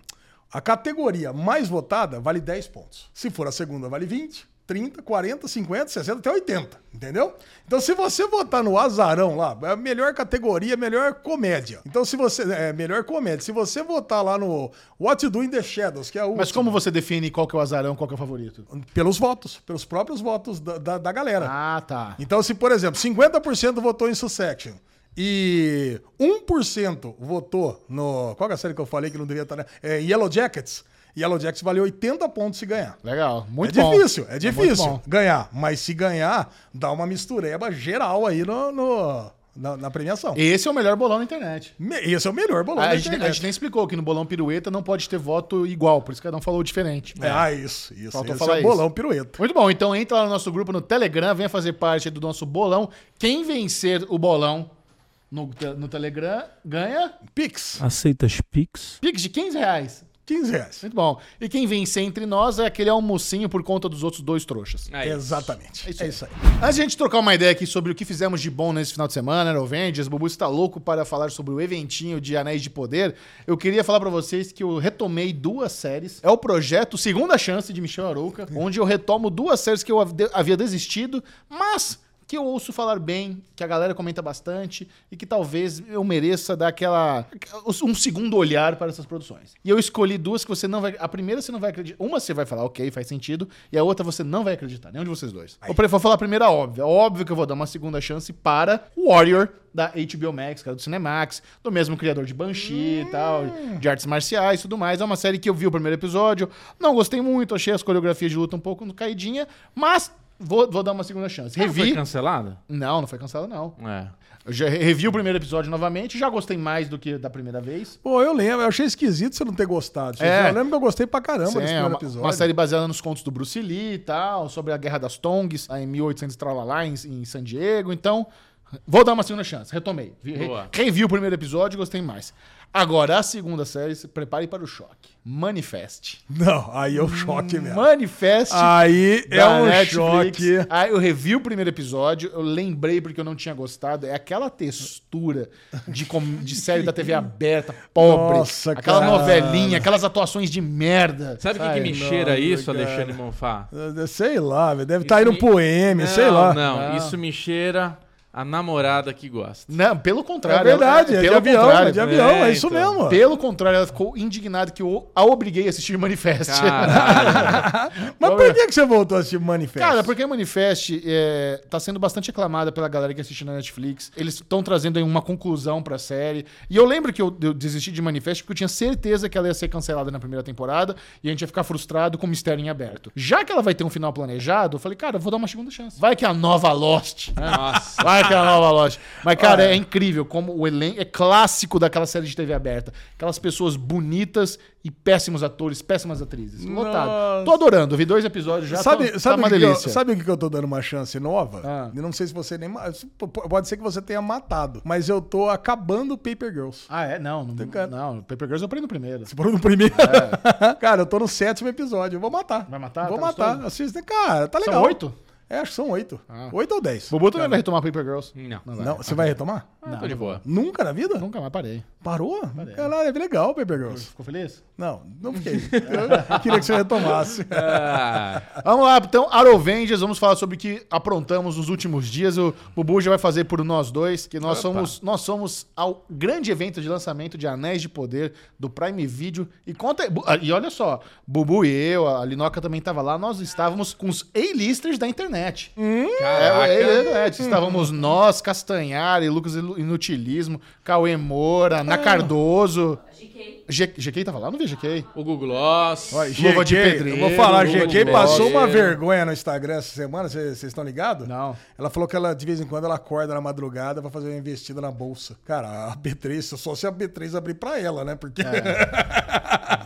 [SPEAKER 2] A categoria mais votada vale 10 pontos. Se for a segunda, vale 20, 30, 40, 50, 60, até 80. Entendeu? Então, se você votar no azarão lá, é a melhor categoria, melhor comédia. Então, se você. É, melhor comédia. Se você votar lá no What to Do in the Shadows, que é o.
[SPEAKER 1] Mas como você define qual que é o azarão, qual que é o favorito?
[SPEAKER 2] Pelos votos, pelos próprios votos da, da, da galera.
[SPEAKER 1] Ah, tá.
[SPEAKER 2] Então, se, por exemplo, 50% votou em Succession e 1% votou no. Qual que é a série que eu falei que não devia estar? Né? É Yellow Jackets. Yellow Jackets valeu 80 pontos se ganhar.
[SPEAKER 1] Legal. Muito
[SPEAKER 2] é
[SPEAKER 1] bom.
[SPEAKER 2] difícil, é
[SPEAKER 1] muito
[SPEAKER 2] difícil
[SPEAKER 1] bom.
[SPEAKER 2] ganhar. Mas se ganhar, dá uma mistureba geral aí no, no- na, na premiação.
[SPEAKER 1] Esse é o melhor bolão na internet.
[SPEAKER 2] Me- Esse é o melhor bolão
[SPEAKER 1] Ah,
[SPEAKER 2] da
[SPEAKER 1] a, gente, a
[SPEAKER 2] internet.
[SPEAKER 1] gente nem explicou que no bolão pirueta não pode ter voto igual, por isso que cada um falou diferente.
[SPEAKER 2] É, Ah, isso, isso.
[SPEAKER 1] Faltou
[SPEAKER 2] esse
[SPEAKER 1] falar
[SPEAKER 2] é o
[SPEAKER 1] isso.
[SPEAKER 2] bolão pirueta.
[SPEAKER 1] Muito bom, então entra lá no nosso grupo no Telegram, venha fazer parte do nosso bolão. Quem vencer o bolão no, te- no Telegram ganha
[SPEAKER 2] Pix,
[SPEAKER 6] Aceitas Pix?
[SPEAKER 1] Pix de 15 reais.
[SPEAKER 2] 15 reais.
[SPEAKER 1] Muito bom. E quem vencer entre nós é aquele almocinho por conta dos outros dois
[SPEAKER 3] [laughs]
[SPEAKER 1] trouxas.
[SPEAKER 3] Aí. Ah,
[SPEAKER 2] Exatamente. É isso, aí.
[SPEAKER 1] Antes de a gente trocar uma ideia aqui sobre o que fizemos de bom nesse final de semana, no Avengers, Bubu está louco para falar sobre o eventinho de Anéis de Poder. Eu queria falar para vocês que eu retomei duas séries. É o projeto Segunda Chance de Michel Arouca, onde eu retomo duas séries que eu hav- de- havia desistido, mas que eu ouço falar bem, que a galera comenta bastante e que talvez eu mereça dar aquela um segundo olhar para essas produções. E eu escolhi duas que você não vai, a primeira você não vai acreditar, uma você vai falar, OK, faz sentido, e a outra você não vai acreditar, nenhum de vocês dois. Eu pre- vou falar a primeira óbvia. Óbvio que eu vou dar uma segunda chance para Warrior da HBO Max, cara do Cinemax, do mesmo criador de Banshee e tal, de artes marciais e tudo mais. É uma série que eu vi o primeiro episódio, não gostei muito, achei as coreografias de luta um pouco caidinha, mas vou, vou dar uma segunda chance.
[SPEAKER 3] Ela Foi
[SPEAKER 1] Revi
[SPEAKER 3] cancelada?
[SPEAKER 1] não, não foi cancelado, não.
[SPEAKER 3] É.
[SPEAKER 1] Eu já re- revi o primeiro episódio novamente, já gostei mais do que da primeira vez.
[SPEAKER 2] Pô, eu lembro, eu achei esquisito você não ter gostado. gente.
[SPEAKER 1] É.
[SPEAKER 2] Eu lembro que eu gostei pra caramba
[SPEAKER 1] Sim,
[SPEAKER 2] desse
[SPEAKER 1] é
[SPEAKER 2] primeiro
[SPEAKER 1] uma,
[SPEAKER 2] episódio.
[SPEAKER 1] uma série baseada nos contos do Bruce Lee e tal, sobre a Guerra das Tongs, lá em 1800 e tralalá, em, em San Diego. Então, vou dar uma segunda chance, retomei. Vi, re-
[SPEAKER 3] Boa.
[SPEAKER 1] revi o primeiro episódio e gostei mais. Agora, a segunda série, se prepare para o choque. Manifest.
[SPEAKER 2] Não, aí é o choque mesmo.
[SPEAKER 1] Manifest.
[SPEAKER 2] Aí é
[SPEAKER 1] Hum, da
[SPEAKER 2] um
[SPEAKER 1] Netflix.
[SPEAKER 2] choque.
[SPEAKER 1] Aí eu revi o primeiro episódio, eu lembrei porque eu não tinha gostado. É aquela textura de, com- de série da TV aberta, pobre.
[SPEAKER 2] Nossa,
[SPEAKER 1] aquela
[SPEAKER 2] cara.
[SPEAKER 1] novelinha, aquelas atuações de merda.
[SPEAKER 3] Sabe o que, que me cheira
[SPEAKER 2] Nossa,
[SPEAKER 3] isso,
[SPEAKER 2] cara.
[SPEAKER 3] Alexandre Monfá?
[SPEAKER 2] Eh, Sei lá, velho, deve estar tá aí no
[SPEAKER 3] me-
[SPEAKER 2] poema, sei lá. É
[SPEAKER 3] Não, não, isso me cheira a namorada
[SPEAKER 1] [laughs]
[SPEAKER 3] que gosta.
[SPEAKER 1] Não, pelo
[SPEAKER 2] É
[SPEAKER 1] contrário.
[SPEAKER 2] verdade,
[SPEAKER 1] ela-
[SPEAKER 2] é de
[SPEAKER 1] pelo
[SPEAKER 2] avião,
[SPEAKER 1] contrário.
[SPEAKER 2] é de avião, é,
[SPEAKER 3] É,
[SPEAKER 2] isso
[SPEAKER 3] então.
[SPEAKER 2] mesmo.
[SPEAKER 1] Pelo contrário, ela ficou indignada que eu a obriguei a assistir Manifest. [laughs]
[SPEAKER 3] Caralho.
[SPEAKER 2] Mas por que, que você voltou a assistir Manifest?
[SPEAKER 1] Cara, porque Manifest é, tá sendo bastante aclamada pela galera que assiste na Netflix. Eles estão trazendo aí uma conclusão pra série. E eu lembro que eu, eu desisti de Manifest porque eu tinha certeza que ela ia ser cancelada na primeira temporada e a gente ia ficar frustrado com o mistério em aberto. Já que ela vai ter um final planejado, eu falei, cara, eu vou dar uma segunda chance. Vai que é a nova Lost. né?
[SPEAKER 3] Nossa.
[SPEAKER 1] [laughs] Vai que é a nova loja. Mas, cara, é incrível como o elenco é clássico daquela série de TV aberta. Aquelas pessoas bonitas e péssimos atores, péssimas atrizes. Lotado. Tô adorando. Vi dois episódios já.
[SPEAKER 2] sabe,
[SPEAKER 1] tô,
[SPEAKER 2] sabe,
[SPEAKER 1] tá
[SPEAKER 2] o
[SPEAKER 1] uma
[SPEAKER 2] que que
[SPEAKER 1] delícia.
[SPEAKER 2] eu, sabe o que que eu tô dando uma chance nova?
[SPEAKER 1] Ah.
[SPEAKER 2] Eu não sei se você nem. ma- Pode ser que você tenha matado, mas eu tô acabando o Paper Girls.
[SPEAKER 1] Ah, é? Não. Não, não. Paper Girls eu aprendo primeiro.
[SPEAKER 2] Você parou no primeiro? [laughs] cara, eu tô no sétimo episódio. Eu vou matar.
[SPEAKER 1] É. Vai matar?
[SPEAKER 2] Vou
[SPEAKER 1] Tá
[SPEAKER 2] matar.
[SPEAKER 1] gostoso?
[SPEAKER 2] Assista. Cara, tá legal.
[SPEAKER 1] São oito?
[SPEAKER 2] É, acho que são oito.
[SPEAKER 1] Ah.
[SPEAKER 2] Oito ou dez.
[SPEAKER 1] Bubu também vai retomar Paper Girls.
[SPEAKER 3] Não.
[SPEAKER 1] Não vai.
[SPEAKER 2] Não, você vai retomar?
[SPEAKER 3] Não, tô de boa.
[SPEAKER 2] Nunca na vida?
[SPEAKER 1] Nunca mais parei.
[SPEAKER 2] Parou? Caralho, é legal o Paper Girls.
[SPEAKER 1] Ficou feliz?
[SPEAKER 2] Não, não [laughs] fiquei. Eu queria que você retomasse.
[SPEAKER 1] É
[SPEAKER 3] Ah,
[SPEAKER 1] Vamos lá, então, Arovengers, vamos falar sobre o que aprontamos nos últimos dias. O Bubu já vai fazer por nós dois, que nós somos, nós somos ao grande evento de lançamento de Anéis de Poder do Prime Video. E conta. Bu- ah, E olha só, Bubu e eu, a Linoca também estava lá, nós estávamos com os A-listers da internet.
[SPEAKER 3] caraca.
[SPEAKER 1] É, é, é, é, estávamos nós, Castanhari, Lucas Ilu- Inutilismo, Cauê
[SPEAKER 3] Ah.
[SPEAKER 1] Moura, Ana Cardoso.
[SPEAKER 5] GK.
[SPEAKER 1] G- GK tava lá? Não vi GK.
[SPEAKER 3] O Google Gloss.
[SPEAKER 2] Olha,
[SPEAKER 1] [laughs] Luva de
[SPEAKER 2] GK,
[SPEAKER 1] pedreiro,
[SPEAKER 2] Eu vou falar,
[SPEAKER 1] luva
[SPEAKER 3] de
[SPEAKER 2] GK passou
[SPEAKER 3] pedreiro.
[SPEAKER 2] uma vergonha no Instagram essa semana, vocês estão ligados?
[SPEAKER 1] Não.
[SPEAKER 2] Ela falou que ela, de vez em quando, ela acorda na madrugada pra fazer uma investida na bolsa. Cara, a B3, só se a B3 abrir pra ela, né? Porque.
[SPEAKER 1] É.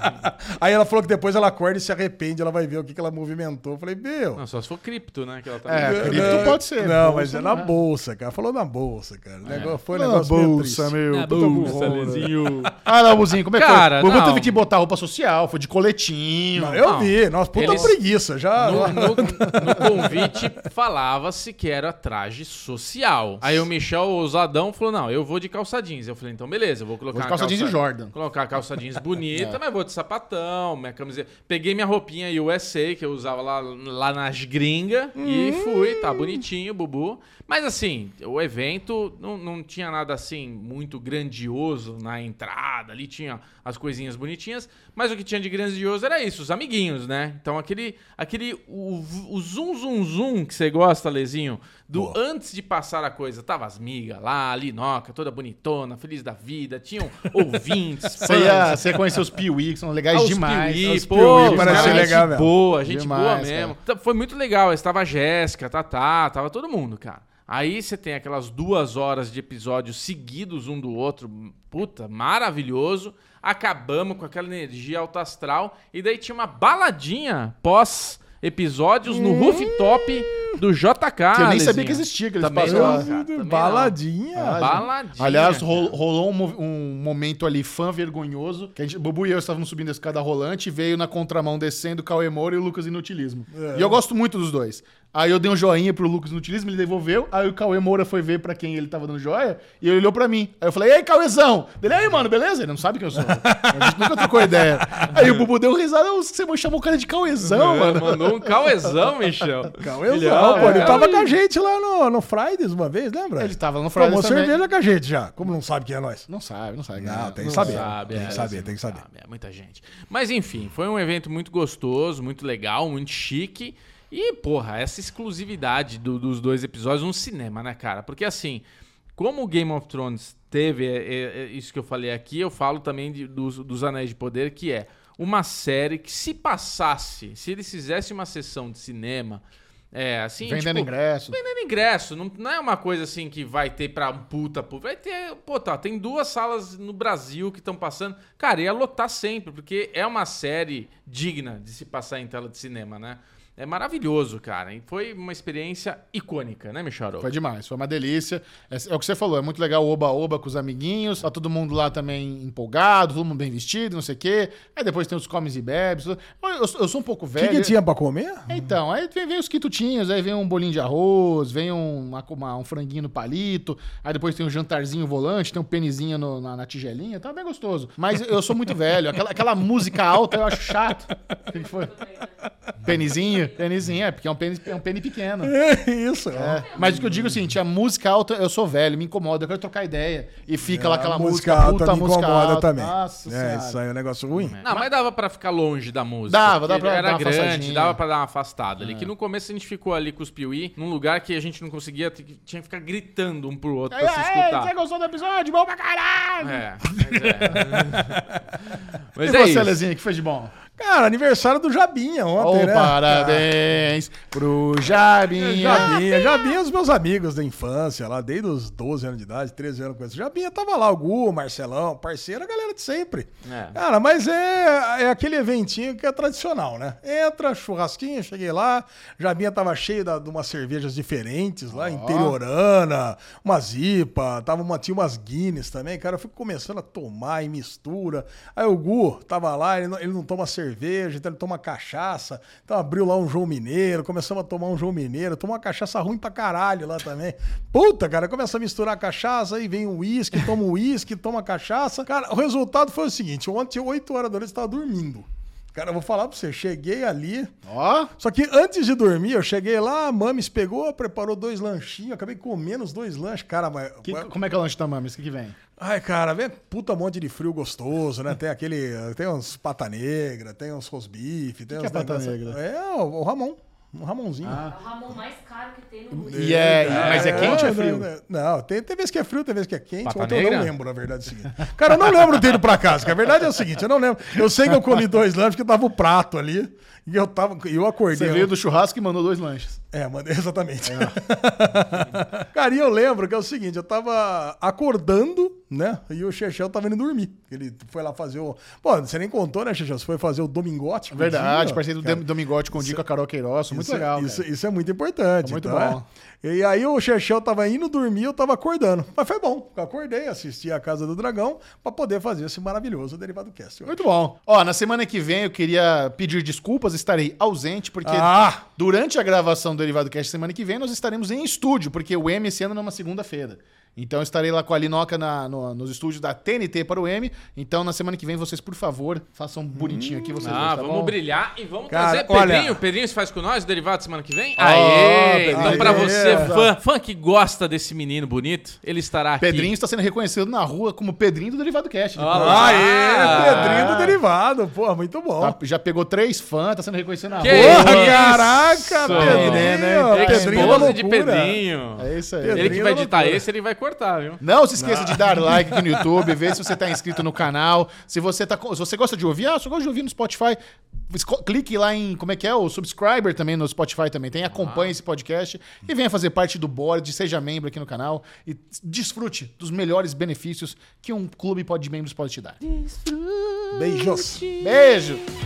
[SPEAKER 2] [laughs] Aí ela falou que depois ela acorda e se arrepende, ela vai ver o que, que ela movimentou. Eu falei, meu.
[SPEAKER 3] Não, só se for cripto, né? Que ela tá
[SPEAKER 1] É,
[SPEAKER 3] vendendo.
[SPEAKER 1] cripto
[SPEAKER 2] não,
[SPEAKER 1] pode ser,
[SPEAKER 2] Não,
[SPEAKER 1] bolsa
[SPEAKER 2] mas é na bolsa, cara. Falou
[SPEAKER 1] É.
[SPEAKER 2] na bolsa, cara. O negócio, foi um
[SPEAKER 1] Na
[SPEAKER 2] negócio meio triste.
[SPEAKER 1] meu.
[SPEAKER 3] Lezinho. [laughs]
[SPEAKER 1] Ah, não, Buzinho, como é que
[SPEAKER 3] Cara,
[SPEAKER 1] o Gugu
[SPEAKER 3] não.
[SPEAKER 1] teve que botar roupa social, foi de coletinho.
[SPEAKER 2] Não, eu
[SPEAKER 3] Não.
[SPEAKER 2] vi. Nossa, puta
[SPEAKER 3] Eles-
[SPEAKER 2] preguiça. Já.
[SPEAKER 3] No, no- no convite falava-se que era traje social. Aí o Michel Ousadão falou: não, eu vou de calça jeans. Eu falei, então beleza, eu vou colocar
[SPEAKER 1] Vou de
[SPEAKER 3] uma
[SPEAKER 1] calça jeans e Jordan.
[SPEAKER 3] Colocar a calça jeans bonita, mas vou de sapatão, minha camiseta. Peguei minha roupinha USA, que eu usava lá, lá nas gringas, e fui, tá bonitinho, bubu. Mas assim, o evento não, não tinha nada assim muito grandioso na entrada, ali tinha as coisinhas bonitinhas, mas o que tinha de grandioso era isso, os amiguinhos, né? Então aquele, aquele o, o zoom, zoom, zoom que você gosta, Lezinho, do
[SPEAKER 2] Boa.
[SPEAKER 3] antes de passar a coisa, tava as migas lá, a Linoca, toda bonitona, feliz da
[SPEAKER 1] [laughs]
[SPEAKER 3] vida, tinham ouvintes,
[SPEAKER 1] Você ia, você ia conhecer os Piuí, que são legais
[SPEAKER 3] aos
[SPEAKER 1] É demais.
[SPEAKER 3] Ah, Piuí,
[SPEAKER 1] Os
[SPEAKER 3] pô,
[SPEAKER 1] Piuí,
[SPEAKER 3] os
[SPEAKER 2] parece
[SPEAKER 1] demais.
[SPEAKER 3] caras, é gente
[SPEAKER 2] legal mesmo.
[SPEAKER 3] boa, gente
[SPEAKER 1] Demais,
[SPEAKER 3] boa
[SPEAKER 1] cara.
[SPEAKER 3] mesmo. Tá, Foi muito legal, estava a Jéssica, Tatá, tava todo mundo, cara. Aí você tem aquelas duas horas de episódios seguidos um do outro, puta, maravilhoso. Acabamos com aquela energia alta astral e daí tinha uma baladinha pós episódios no rooftop do JK.
[SPEAKER 1] Hum. Que eu nem
[SPEAKER 3] Lezinha.
[SPEAKER 1] sabia que existia, né? que eles
[SPEAKER 3] Também
[SPEAKER 1] passaram lá.
[SPEAKER 3] não, cara, também não.
[SPEAKER 1] Ah,
[SPEAKER 2] Baladinha.
[SPEAKER 3] Baladinha.
[SPEAKER 1] Aliás,
[SPEAKER 3] cara.
[SPEAKER 1] ro- rolou um, mo- um momento ali fã vergonhoso. Que a gente, Bubu e eu estávamos subindo a escada rolante e veio na contramão descendo o Cauê Moura e o Lucas Inutilismo.
[SPEAKER 2] É.
[SPEAKER 1] E eu gosto muito dos dois. Aí eu dei um joinha pro Lucas Inutilismo, ele devolveu. Aí o Cauê Moura foi ver pra quem ele tava dando joia e ele olhou pra mim. Aí eu falei, ei, Cauêzão! Ele, aí, mano, beleza? Ele não sabe quem eu
[SPEAKER 2] [laughs]
[SPEAKER 1] sou. A gente nunca trocou ideia. Aí o Bubu deu risada, "Ô, você chamou o cara de
[SPEAKER 2] É.
[SPEAKER 1] Cauêzão,
[SPEAKER 3] Mano,
[SPEAKER 1] mano.
[SPEAKER 3] mandou um cauezão, Michel.
[SPEAKER 2] Cauezão, pô.
[SPEAKER 1] um
[SPEAKER 2] Ele
[SPEAKER 3] é,
[SPEAKER 2] tava
[SPEAKER 3] é.
[SPEAKER 2] com a gente lá no, no Fridays uma vez, lembra?
[SPEAKER 1] Ele tava no Fridays
[SPEAKER 2] Tomou
[SPEAKER 1] também.
[SPEAKER 2] cerveja com a gente já. Como não sabe quem é nós?
[SPEAKER 1] Não sabe, não sabe.
[SPEAKER 2] Não, tem que
[SPEAKER 1] Não
[SPEAKER 2] saber.
[SPEAKER 3] Sabe,
[SPEAKER 2] tem
[SPEAKER 3] é,
[SPEAKER 2] que saber,
[SPEAKER 3] assim,
[SPEAKER 2] tem que saber.
[SPEAKER 3] sabe, é muita gente. Mas enfim, foi um evento muito gostoso, muito legal, muito chique. E, porra, essa exclusividade do- dos dois episódios no cinema, né, cara? Porque assim, como o Game of Thrones teve é, é, é isso que eu falei aqui, eu falo também de- dos, dos Anéis de Poder, que é uma série que se passasse, se eles fizessem uma sessão de cinema, é, assim,
[SPEAKER 1] Vendendo
[SPEAKER 3] tipo,
[SPEAKER 1] ingresso.
[SPEAKER 3] vendendo ingresso. Não, não é uma coisa assim que vai ter pra um puta público. Vai ter. Pô, tá, tem duas salas no Brasil que estão passando. Cara, ia lotar sempre, porque é uma série digna de se passar em tela de cinema, né? É maravilhoso, cara. E foi uma experiência icônica, né, Michel?
[SPEAKER 1] Foi demais, foi uma delícia. É, é o que você falou, é muito legal o oba-oba com os amiguinhos, tá todo mundo lá também empolgado, todo mundo bem vestido, não sei o quê. Aí depois tem os comes e bebes. tudo. Eu, eu- eu sou um pouco
[SPEAKER 2] O que,
[SPEAKER 1] velho.
[SPEAKER 2] que tinha pra comer?
[SPEAKER 1] Então, aí vem, vem os quitutinhos, aí vem um bolinho de arroz, vem um, uma- uma- um franguinho no palito, aí depois tem um jantarzinho volante, tem um penizinho no- na, na tigelinha, tá bem gostoso. Mas eu sou muito velho, aquela, aquela música alta eu acho chato. O que que foi? Penizinho? Penizinho, é, porque é um pene, é um pene pequeno.
[SPEAKER 2] É isso. ó.
[SPEAKER 1] É, mas o que eu digo é o seguinte, a música alta, eu sou velho, me incomoda, eu quero trocar ideia. E fica lá
[SPEAKER 2] É, A
[SPEAKER 1] aquela
[SPEAKER 2] música
[SPEAKER 1] música,
[SPEAKER 2] alta
[SPEAKER 1] puta
[SPEAKER 2] me
[SPEAKER 1] música
[SPEAKER 2] incomoda
[SPEAKER 1] alta.
[SPEAKER 2] também.
[SPEAKER 1] Nossa
[SPEAKER 2] é,
[SPEAKER 1] Senhora.
[SPEAKER 2] isso aí é um negócio ruim.
[SPEAKER 3] Não, mas dava pra ficar longe da música.
[SPEAKER 1] Dava,
[SPEAKER 3] porque
[SPEAKER 1] dava pra
[SPEAKER 3] Era
[SPEAKER 1] dar uma É.
[SPEAKER 3] grande,
[SPEAKER 1] afastadinha.
[SPEAKER 3] dava pra dar uma afastada ali. Que no começo a gente ficou ali com os Piuí, num lugar que a gente não conseguia, t- tinha que ficar gritando um pro outro
[SPEAKER 1] Aí,
[SPEAKER 3] pra se
[SPEAKER 1] aí,
[SPEAKER 3] escutar.
[SPEAKER 1] você gostou do episódio? Bom pra caralho!
[SPEAKER 3] É, mas é.
[SPEAKER 1] E
[SPEAKER 3] Mas é
[SPEAKER 1] você,
[SPEAKER 3] isso.
[SPEAKER 1] Lezinha, que fez de bom?
[SPEAKER 2] Cara, aniversário do Jabinha
[SPEAKER 1] Oh,
[SPEAKER 2] ontem, né?
[SPEAKER 1] parabéns pro Jabinha.
[SPEAKER 2] Jabinha, Jabinha, é os meus amigos da infância, lá desde os 12 anos de idade, 13 anos com esse Jabinha, tava lá o Gu, o Marcelão, parceiro, a galera de sempre.
[SPEAKER 3] É.
[SPEAKER 2] Cara, mas é, é aquele eventinho que é tradicional, né? Entra, churrasquinho, cheguei lá, Jabinha tava cheio da- de umas cervejas diferentes lá, interiorana, uma zipa, tava uma, tinha umas Guinness também, cara, eu fui começando a tomar e mistura. Aí o Gu tava lá, ele não, ele não toma cerveja, então ele toma cachaça, então abriu lá um João Mineiro, começamos a tomar um João Mineiro, tomou uma cachaça ruim pra caralho lá também. Puta, cara, começa a misturar cachaça, aí vem o uísque, toma o uísque, toma cachaça. Cara, o resultado foi o seguinte, ontem, 8 horas da noite, eu tava dormindo. Cara, eu vou falar pra você, cheguei ali,
[SPEAKER 1] Ó,
[SPEAKER 2] só que antes de dormir, eu cheguei lá, a Mames pegou, preparou dois lanchinhos, eu acabei comendo os dois lanches, cara, mas...
[SPEAKER 1] que- como é que é o lanche da Mames? O que, que vem?
[SPEAKER 2] Ai, cara, vem puta monte de frio gostoso, né? Tem aquele. Tem uns pata negra, tem uns rosbife, tem
[SPEAKER 1] que é
[SPEAKER 2] uns.
[SPEAKER 1] pata
[SPEAKER 2] negócio-
[SPEAKER 1] negra?
[SPEAKER 2] É, o, o Ramon. Um Ramonzinho.
[SPEAKER 5] É o Ramon mais caro que tem no mundo.
[SPEAKER 1] E é, Ah. mas é quente ou é frio?
[SPEAKER 2] Não, né, não, tem, tem vez que é frio, tem vez que é quente.
[SPEAKER 3] Pata
[SPEAKER 2] Ontem eu
[SPEAKER 3] negra?
[SPEAKER 2] não lembro, na verdade, é o seguinte. Cara, eu não lembro dele pra casa, que a verdade é o seguinte, eu não lembro. Eu sei que eu comi dois lanches, porque tava o prato ali, e eu tava. e eu acordei.
[SPEAKER 1] Você veio do churrasco e mandou dois lanches.
[SPEAKER 2] É, mano, [laughs] exatamente. [laughs] Cara, e eu lembro que é o seguinte, eu tava acordando, né? E o Chechel tava indo dormir. Ele foi lá fazer o... Pô, você nem contou, né, Chechel? Você foi fazer o Domingote. com o
[SPEAKER 1] Verdade,
[SPEAKER 2] Dinho,
[SPEAKER 1] parceiro do
[SPEAKER 2] cara.
[SPEAKER 1] Dem- Domingote com o Dico, a Carol Queiroz, muito
[SPEAKER 2] Isso-
[SPEAKER 1] legal.
[SPEAKER 2] Isso,
[SPEAKER 1] cara.
[SPEAKER 2] isso é muito importante.
[SPEAKER 1] É muito
[SPEAKER 2] tá? E aí o Chechel tava indo dormir, eu tava acordando. Mas foi bom. Eu acordei, assisti a Casa do Dragão pra poder fazer esse maravilhoso Derivado Cast.
[SPEAKER 1] Muito bom. Ó, na semana que vem eu queria pedir desculpas, estarei ausente, porque
[SPEAKER 2] Ah!
[SPEAKER 1] durante a gravação do Derivado Cast semana que vem nós estaremos em estúdio, porque o M esse ano é numa segunda-feira. Então eu estarei lá com a Linoca na- no- nos estúdios da TNT para o M. Então na semana que vem vocês, por favor, façam um bonitinho aqui vocês dois,
[SPEAKER 3] Ah,
[SPEAKER 1] tá
[SPEAKER 3] vamos
[SPEAKER 1] bom?
[SPEAKER 3] brilhar e vamos
[SPEAKER 2] Cara,
[SPEAKER 3] trazer
[SPEAKER 2] olha-
[SPEAKER 3] Pedrinho. Pedrinho, você faz com nós o derivado semana que vem?
[SPEAKER 1] Pedrinho.
[SPEAKER 3] Aê! Então, pra você,
[SPEAKER 2] Aê.
[SPEAKER 3] fã, fã que gosta desse menino bonito, ele estará aqui.
[SPEAKER 1] Pedrinho está sendo reconhecido na rua como Pedrinho do Derivado Cast.
[SPEAKER 3] Olha lá.
[SPEAKER 2] Aê,
[SPEAKER 3] Ah.
[SPEAKER 2] Pedrinho do Derivado. Pô, muito bom.
[SPEAKER 1] Tá- já pegou três fãs, tá sendo reconhecido na
[SPEAKER 3] Que
[SPEAKER 1] rua.
[SPEAKER 3] isso?
[SPEAKER 2] Porra, caraca, Pedrinho.
[SPEAKER 1] É, né?
[SPEAKER 2] ó, Pedrinho da
[SPEAKER 3] Expose de
[SPEAKER 2] loucura.
[SPEAKER 3] Pedrinho.
[SPEAKER 1] É isso aí.
[SPEAKER 2] Pedrinho
[SPEAKER 3] Ele que vai
[SPEAKER 2] da
[SPEAKER 3] editar
[SPEAKER 2] loucura.
[SPEAKER 3] esse, ele vai cortar, viu?
[SPEAKER 1] Não se esqueça de dar like aqui no YouTube, ver se você tá inscrito no canal. Se você, tá, co- se você gosta de ouvir, ah, só gosto de ouvir no Spotify. esco- Clique lá em, como é que é? O subscriber também no Spotify também tem. Acompanhe esse podcast e venha fazer parte do board, seja membro aqui no canal e desfrute dos melhores benefícios que um clube pode de membros pode te dar.
[SPEAKER 2] Beijos.
[SPEAKER 1] Beijo!